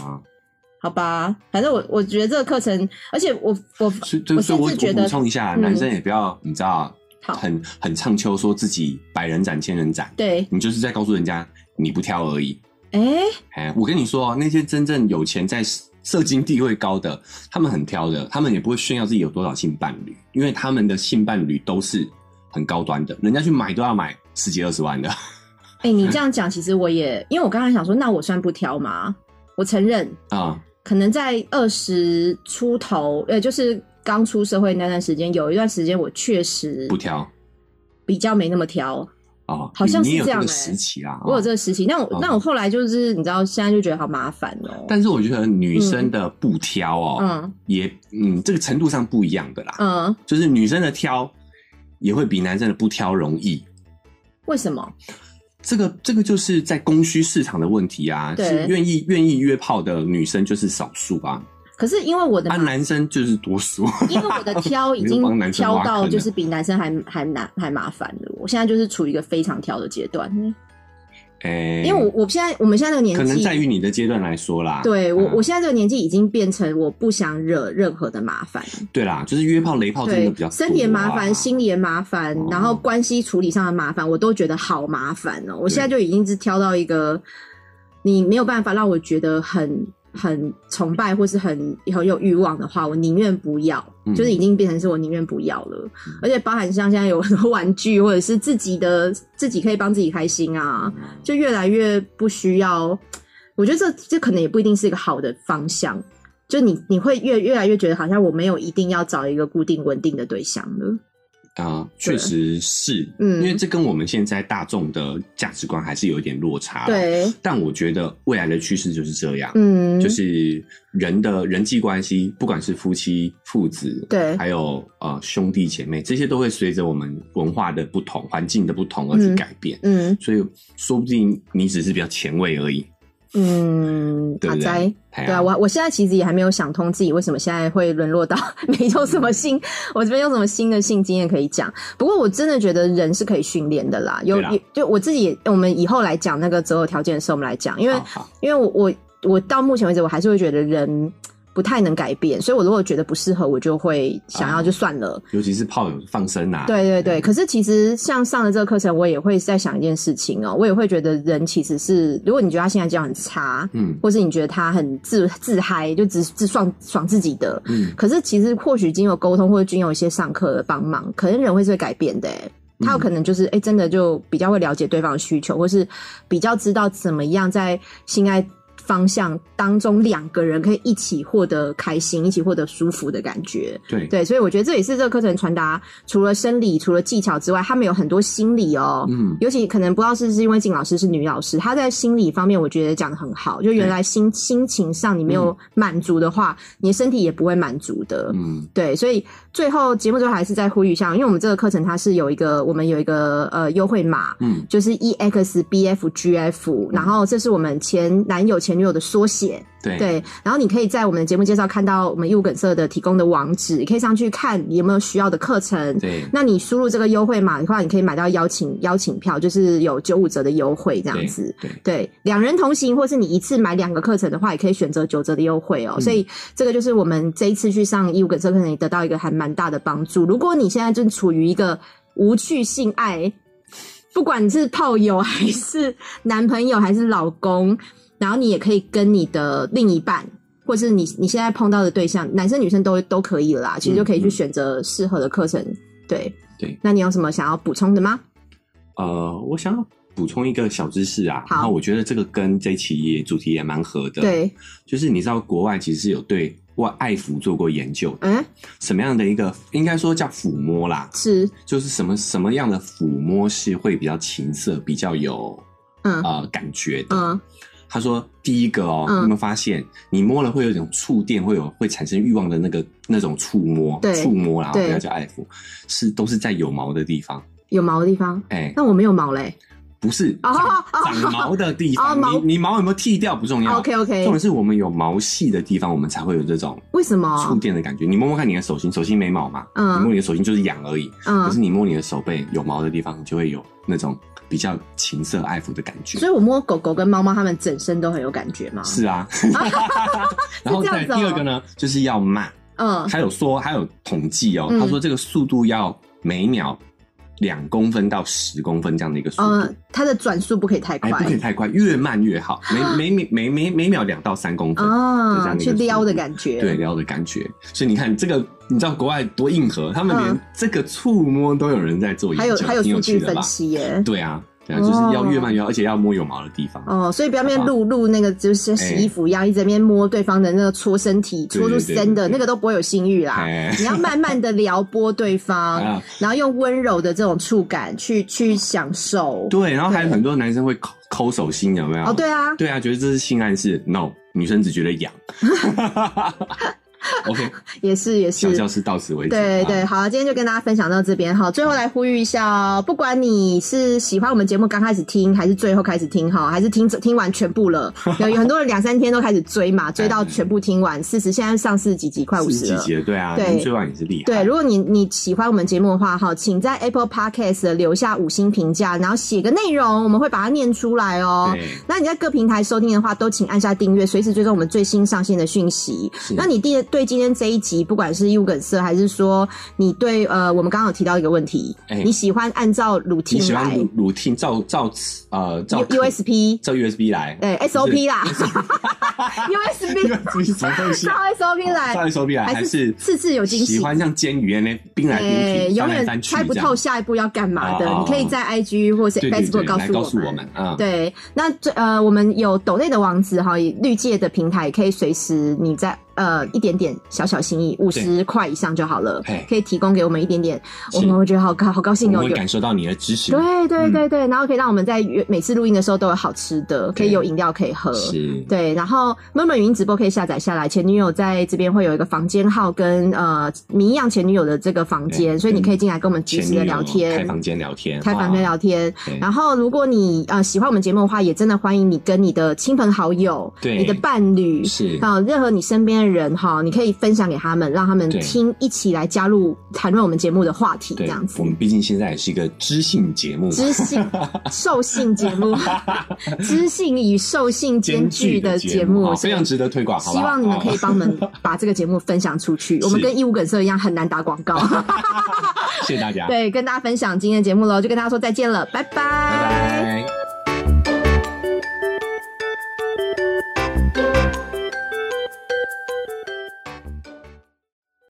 Speaker 1: 好吧，反正我我觉得这个课程，而且我我
Speaker 2: 所以对，
Speaker 1: 我
Speaker 2: 所
Speaker 1: 甚
Speaker 2: 以我
Speaker 1: 至觉
Speaker 2: 我
Speaker 1: 得
Speaker 2: 补充一下，
Speaker 1: 嗯
Speaker 2: 男生也不要你知道，
Speaker 1: 好
Speaker 2: 很很唱秋说自己百人斩千人斩，
Speaker 1: 对，
Speaker 2: 你就是在告诉人家你不挑而已。
Speaker 1: 哎、
Speaker 2: 哎，我跟你说，那些真正有钱在社经地位高的，他们很挑的，他们也不会炫耀自己有多少性伴侣，因为他们的性伴侣都是很高端的，人家去买都要买十几二十万的。
Speaker 1: 哎、你这样讲，其实我也因为我刚才想说，那我算不挑吗？我承认，
Speaker 2: 啊、
Speaker 1: 可能在二十出头，呃，就是刚出社会那段时间，有一段时间我确实
Speaker 2: 不挑啊、
Speaker 1: 比较没那么挑。
Speaker 2: 哦
Speaker 1: 好像
Speaker 2: 你
Speaker 1: 是
Speaker 2: 你也有
Speaker 1: 这样
Speaker 2: 个
Speaker 1: 哎
Speaker 2: 时期啦，
Speaker 1: 我有这
Speaker 2: 哦。
Speaker 1: 个时期，那我
Speaker 2: 哦
Speaker 1: 那我后来就是你知道，现在就觉得好麻烦哦。
Speaker 2: 但是我觉得女生的不挑哦，
Speaker 1: 嗯
Speaker 2: 也嗯，这个程度上不一样的啦，
Speaker 1: 嗯，
Speaker 2: 就是女生的挑也会比男生的不挑容易。
Speaker 1: 为什么？
Speaker 2: 这个这个就是在供需市场的问题啊，
Speaker 1: 对
Speaker 2: 是愿意愿意约炮的女生就是少数啊，
Speaker 1: 可是因为我的
Speaker 2: 啊，男生就是多数。
Speaker 1: 因为我的挑已
Speaker 2: 你是帮
Speaker 1: 经
Speaker 2: 男生
Speaker 1: 挑
Speaker 2: 挖坑
Speaker 1: 到
Speaker 2: 啊
Speaker 1: 就是比男生还还难还麻烦了。我现在就是处于一个非常挑的阶段，
Speaker 2: 哎、
Speaker 1: 因为我我现在我们现在这个
Speaker 2: 嗯可
Speaker 1: 年
Speaker 2: 能
Speaker 1: 纪，
Speaker 2: 在于你的阶段来说啦，
Speaker 1: 对我
Speaker 2: 嗯
Speaker 1: 我现在这个年纪已经变成我不想惹任何的麻烦，
Speaker 2: 对啦，就是约炮雷炮真的
Speaker 1: 对
Speaker 2: 比较多啊、
Speaker 1: 身体也麻烦，心理也麻烦
Speaker 2: 哦，
Speaker 1: 然后关系处理上的麻烦，我都觉得好麻烦哦。我现在就已经是挑到一个，你没有办法让我觉得很很崇拜或是很很有欲望的话，我宁愿不要，
Speaker 2: 嗯
Speaker 1: 就是已经变成是我宁愿不要了。而且包含像现在有很多玩具或者是自己的自己可以帮自己开心啊，
Speaker 2: 嗯
Speaker 1: 就越来越不需要。我觉得这这可能也不一定是一个好的方向。就你你会越越来越觉得好像我没有一定要找一个固定稳定的对象了。
Speaker 2: 啊，确实是，
Speaker 1: 嗯
Speaker 2: 因为这跟我们现在大众的价值观还是有一点落差。，
Speaker 1: 对，
Speaker 2: 但我觉得未来的趋势就是这样，
Speaker 1: 嗯，
Speaker 2: 就是人的人际关系，不管是夫妻、父子，
Speaker 1: 对
Speaker 2: 还有呃兄弟姐妹，这些都会随着我们文化的不同、环境的不同而去
Speaker 1: 嗯
Speaker 2: 改变。
Speaker 1: 嗯
Speaker 2: 所以说不定你只是比较前卫而已，
Speaker 1: 嗯，
Speaker 2: 对
Speaker 1: 阿
Speaker 2: 不
Speaker 1: 斋、
Speaker 2: 对？哎
Speaker 1: 对啊，我我现在其实也还没有想通自己为什么现在会沦落到 没有
Speaker 2: 嗯
Speaker 1: 什么新，我这边有什么新的性经验可以讲。不过我真的觉得人是可以训练的啦，有
Speaker 2: 对啦
Speaker 1: 有就我自己也，我们以后来讲那个择偶条件的时候，我们来讲，因为
Speaker 2: 好好
Speaker 1: 因为我我我到目前为止，我还是会觉得人不太能改变，所以我如果觉得不适合，我就会想
Speaker 2: 啊
Speaker 1: 要就算了。
Speaker 2: 尤其是炮友放生啊，
Speaker 1: 对对对，可是其实像上了这个课程，我也会在想一件事情哦，我也会觉得人其实是，如果你觉得他现在这样很差，
Speaker 2: 嗯
Speaker 1: 或是你觉得他很自自嗨，就只只爽爽自己的，
Speaker 2: 嗯，
Speaker 1: 可是其实或许经由沟通或者经由一些上课的帮忙，可能人会是会改变的、欸。他有可能就是哎、诶真的就比较会了解对方的需求，或是比较知道怎么样在性爱方向当中，两个人可以一起获得开心，一起获得舒服的感觉。
Speaker 2: 对
Speaker 1: 对，所以我觉得这也是这个课程传达，除了生理、除了技巧之外，他们有很多心理哦。
Speaker 2: 嗯
Speaker 1: 尤其可能不知道是不是因为靳老师是女老师，她在心理方面我觉得讲的很好。就原来心心情上你没有满足的话，你的身体也不会满足的。
Speaker 2: 嗯
Speaker 1: 对，所以最后节目最后还是在呼吁一下，因为我们这个课程它是有一个我们有一个呃优惠码，
Speaker 2: 嗯
Speaker 1: 就是 E X B F G F，然后这是我们前男友前女友的缩写，
Speaker 2: 对
Speaker 1: 对，然后你可以在我们的节目介绍看到我们义务梗社的提供的网址，你可以上去看你有没有需要的课程。
Speaker 2: 对
Speaker 1: 那你输入这个优惠码的话，你可以买到邀请邀请票，就是有九五折的优惠这样子。
Speaker 2: 对
Speaker 1: 对，两人同行，或是你一次买两个课程的话，也可以选择九折的优惠哦。
Speaker 2: 嗯
Speaker 1: 所以这个就是我们这一次去上义务梗社课程，也得到一个还蛮大的帮助。如果你现在正处于一个无趣性爱，不管是炮友还是男朋友还是老公，然后你也可以跟你的另一半，或是你你现在碰到的对象，男生女生都都可以了啦，其实就可以去选择适合的课程。对
Speaker 2: 对，
Speaker 1: 那你有什么想要补充的吗？
Speaker 2: 呃，我想要补充一个小知识啊，
Speaker 1: 好
Speaker 2: 然后我觉得这个跟这期也主题也蛮合的，，
Speaker 1: 对，
Speaker 2: 就是你知道国外其实有对外爱抚做过研究，
Speaker 1: 嗯，
Speaker 2: 什么样的一个应该说叫抚摸啦，
Speaker 1: 是，
Speaker 2: 就是什么什么样的抚摸是会比较情色、比较有
Speaker 1: 嗯
Speaker 2: 呃感觉的。
Speaker 1: 嗯，
Speaker 2: 他说第一个哦，
Speaker 1: 嗯
Speaker 2: 你有没有发现你摸了会有一种触电，会有会产生欲望的那个那种触摸
Speaker 1: 对，
Speaker 2: 触摸啦，不
Speaker 1: 对
Speaker 2: 要叫爱抚，是都是在有毛的地方，
Speaker 1: 有毛的地方，
Speaker 2: 哎、
Speaker 1: 那我没有毛嘞。
Speaker 2: 不是
Speaker 1: 嗯哦
Speaker 2: 长长毛的地
Speaker 1: 哦
Speaker 2: 方，
Speaker 1: 毛
Speaker 2: 你你毛有没有剃掉不重要
Speaker 1: OK
Speaker 2: 重
Speaker 1: OK，
Speaker 2: 点是我们有毛细的地方，我们才会有这种
Speaker 1: 为什
Speaker 2: 触
Speaker 1: 么？
Speaker 2: 电的感觉。你摸摸看你的手心，手心没毛嘛？你摸
Speaker 1: 哦嗯
Speaker 2: 你的手心就是痒而已。可是
Speaker 1: 嗯，
Speaker 2: 你摸你的手背有毛的地方，你就会有那种比较情色爱抚的感觉
Speaker 1: 所。以我摸狗狗跟猫猫，它们整身都很有感觉嘛。
Speaker 2: 是啊， 然后
Speaker 1: 是这
Speaker 2: 再
Speaker 1: 样子哦
Speaker 2: 第二个呢，就是要慢。
Speaker 1: 嗯，
Speaker 2: 他有说，他有统计哦，
Speaker 1: 嗯
Speaker 2: 他说这个速度要每秒两公分到十公分这样的一个速度
Speaker 1: 嗯，，它的转速不可以太
Speaker 2: 哎，
Speaker 1: 快
Speaker 2: 不可以太快，越慢越好，每每每每每每秒两到三公分。就这
Speaker 1: 啊，
Speaker 2: 样的一
Speaker 1: 去
Speaker 2: 个
Speaker 1: 撩的
Speaker 2: 速度
Speaker 1: 感觉。
Speaker 2: 对，撩的感觉，所以你看这个，你知道国外多硬核，他们
Speaker 1: 嗯
Speaker 2: 连这个触摸都有人在做
Speaker 1: 还
Speaker 2: 研
Speaker 1: 有
Speaker 2: 究，
Speaker 1: 还有
Speaker 2: 挺
Speaker 1: 数
Speaker 2: 有
Speaker 1: 据
Speaker 2: 趣的
Speaker 1: 分
Speaker 2: 吧？
Speaker 1: 析耶。
Speaker 2: 对啊，对啊，就是要越慢越好，而且要摸有毛的地方。
Speaker 1: 哦，所以不要面露露那个，就是洗衣服一样，一直在那边摸对方的那个搓身体、
Speaker 2: 哎对
Speaker 1: 搓出身的
Speaker 2: 对对对
Speaker 1: 那个都不会有性欲啦。
Speaker 2: 哎，
Speaker 1: 你要慢慢的撩拨对方，
Speaker 2: 啊，
Speaker 1: 然后用温柔的这种触感去去享受。
Speaker 2: 对，然后还有
Speaker 1: 对
Speaker 2: 很多男生会抠抠手心，有没有？
Speaker 1: 哦，对啊，
Speaker 2: 对啊，觉得这是性暗示，no，女生只觉得痒。OK，
Speaker 1: 也是也
Speaker 2: 小
Speaker 1: 是。
Speaker 2: 教室到此为止。
Speaker 1: 对对，
Speaker 2: 啊，
Speaker 1: 好，今天就跟大家分享到这边哈。最后来呼吁一下哦，不管你是喜欢我们节目刚开始听，还是最后开始听哈，还是听听完全部 了，有有很多人两三天都开始追嘛，追到全部听完四十，现在上四十几集，快五
Speaker 2: 四
Speaker 1: 十
Speaker 2: 十
Speaker 1: 了
Speaker 2: 几。集了，对啊，
Speaker 1: 对
Speaker 2: 您最晚也是厉害。
Speaker 1: 对，如果你你喜欢我们节目的话，哈，请在 Apple Podcast 的留下五星评价，然后写个内容，我们会把它念出来哦。
Speaker 2: 对
Speaker 1: 那你在各平台收听的话，都请按下订阅，随时追踪我们最新上线的讯息。
Speaker 2: 是
Speaker 1: 那你第对今天这一集，不管是优梗色，还是说你对呃，我们刚刚有提到一个问题，
Speaker 2: 哎
Speaker 1: 你喜欢按照
Speaker 2: 你
Speaker 1: routine
Speaker 2: 喜欢
Speaker 1: 来
Speaker 2: 乳乳听照照呃照
Speaker 1: U S P
Speaker 2: 照 USB 来，
Speaker 1: 对 S O P 啦 ，U S P
Speaker 2: 这是什么东西
Speaker 1: 照
Speaker 2: 啊？
Speaker 1: S O P
Speaker 2: 照
Speaker 1: 来，
Speaker 2: USB 来
Speaker 1: 还
Speaker 2: 还
Speaker 1: 是
Speaker 2: 是
Speaker 1: 次次有惊喜
Speaker 2: 喜欢像煎鱼一样那冰来冰去，
Speaker 1: 哎永
Speaker 2: 翻来
Speaker 1: 远
Speaker 2: 翻去
Speaker 1: 猜不
Speaker 2: 这
Speaker 1: 透
Speaker 2: 样。
Speaker 1: 下一步要干嘛的。
Speaker 2: 哦哦哦
Speaker 1: 你可以在 IG 或是
Speaker 2: 对对
Speaker 1: Facebook
Speaker 2: 对，来告
Speaker 1: 告
Speaker 2: 诉
Speaker 1: 诉
Speaker 2: 我们。啊，
Speaker 1: 对，那这呃，我们有抖内的网址哈，也绿界的平台也可以随时你在呃一点点小小心意，五十
Speaker 2: 对
Speaker 1: 块以上就好了
Speaker 2: 嘿，
Speaker 1: 可以提供给我们一点点，我
Speaker 2: 是
Speaker 1: 们会觉得好高好高
Speaker 2: 我
Speaker 1: 兴
Speaker 2: 们
Speaker 1: 哦，
Speaker 2: 会
Speaker 1: 有
Speaker 2: 感受到你的支持。
Speaker 1: 对对
Speaker 2: 嗯
Speaker 1: 对对，然后可以让我们在约每次录音的时候都有好吃的，可以
Speaker 2: 对
Speaker 1: 有饮料可以喝。
Speaker 2: 是，
Speaker 1: 对，然后 Murmur 语音直播可以下载下来，前女友在这边会有一个房间号跟呃谜一样前女友的这个房间，
Speaker 2: 对
Speaker 1: 所以你可以进来跟我们及
Speaker 2: 前
Speaker 1: 时
Speaker 2: 女
Speaker 1: 的
Speaker 2: 友
Speaker 1: 聊天
Speaker 2: 开，房间聊天，
Speaker 1: 开房间
Speaker 2: 哇
Speaker 1: 聊天。
Speaker 2: 对
Speaker 1: 然后，如果你呃喜欢我们节目的话，也真的欢迎你跟你的亲朋好友、
Speaker 2: 对
Speaker 1: 你的伴侣，
Speaker 2: 是
Speaker 1: 还有任何你身边的人哈，你可以分享给他们，让他们
Speaker 2: 对
Speaker 1: 听，一起来加入谈论我们节目的话题，这
Speaker 2: 对
Speaker 1: 样，子
Speaker 2: 我。们毕竟现在也是一个知性节目嘛，
Speaker 1: 知性、 兽性节目，知性与兽性兼具的节目，
Speaker 2: 好
Speaker 1: 所
Speaker 2: 啊非
Speaker 1: 以
Speaker 2: 常值得推广，好不
Speaker 1: 希
Speaker 2: 好？
Speaker 1: 望你们可以
Speaker 2: 好
Speaker 1: 帮我们把这个节目分享出去。我们
Speaker 2: 是
Speaker 1: 跟义务梗塞一样很难打广 告。
Speaker 2: 谢谢大家，拜
Speaker 1: 对，跟大家分享今天的节目喽，就跟大家说再见了，拜拜
Speaker 2: 拜。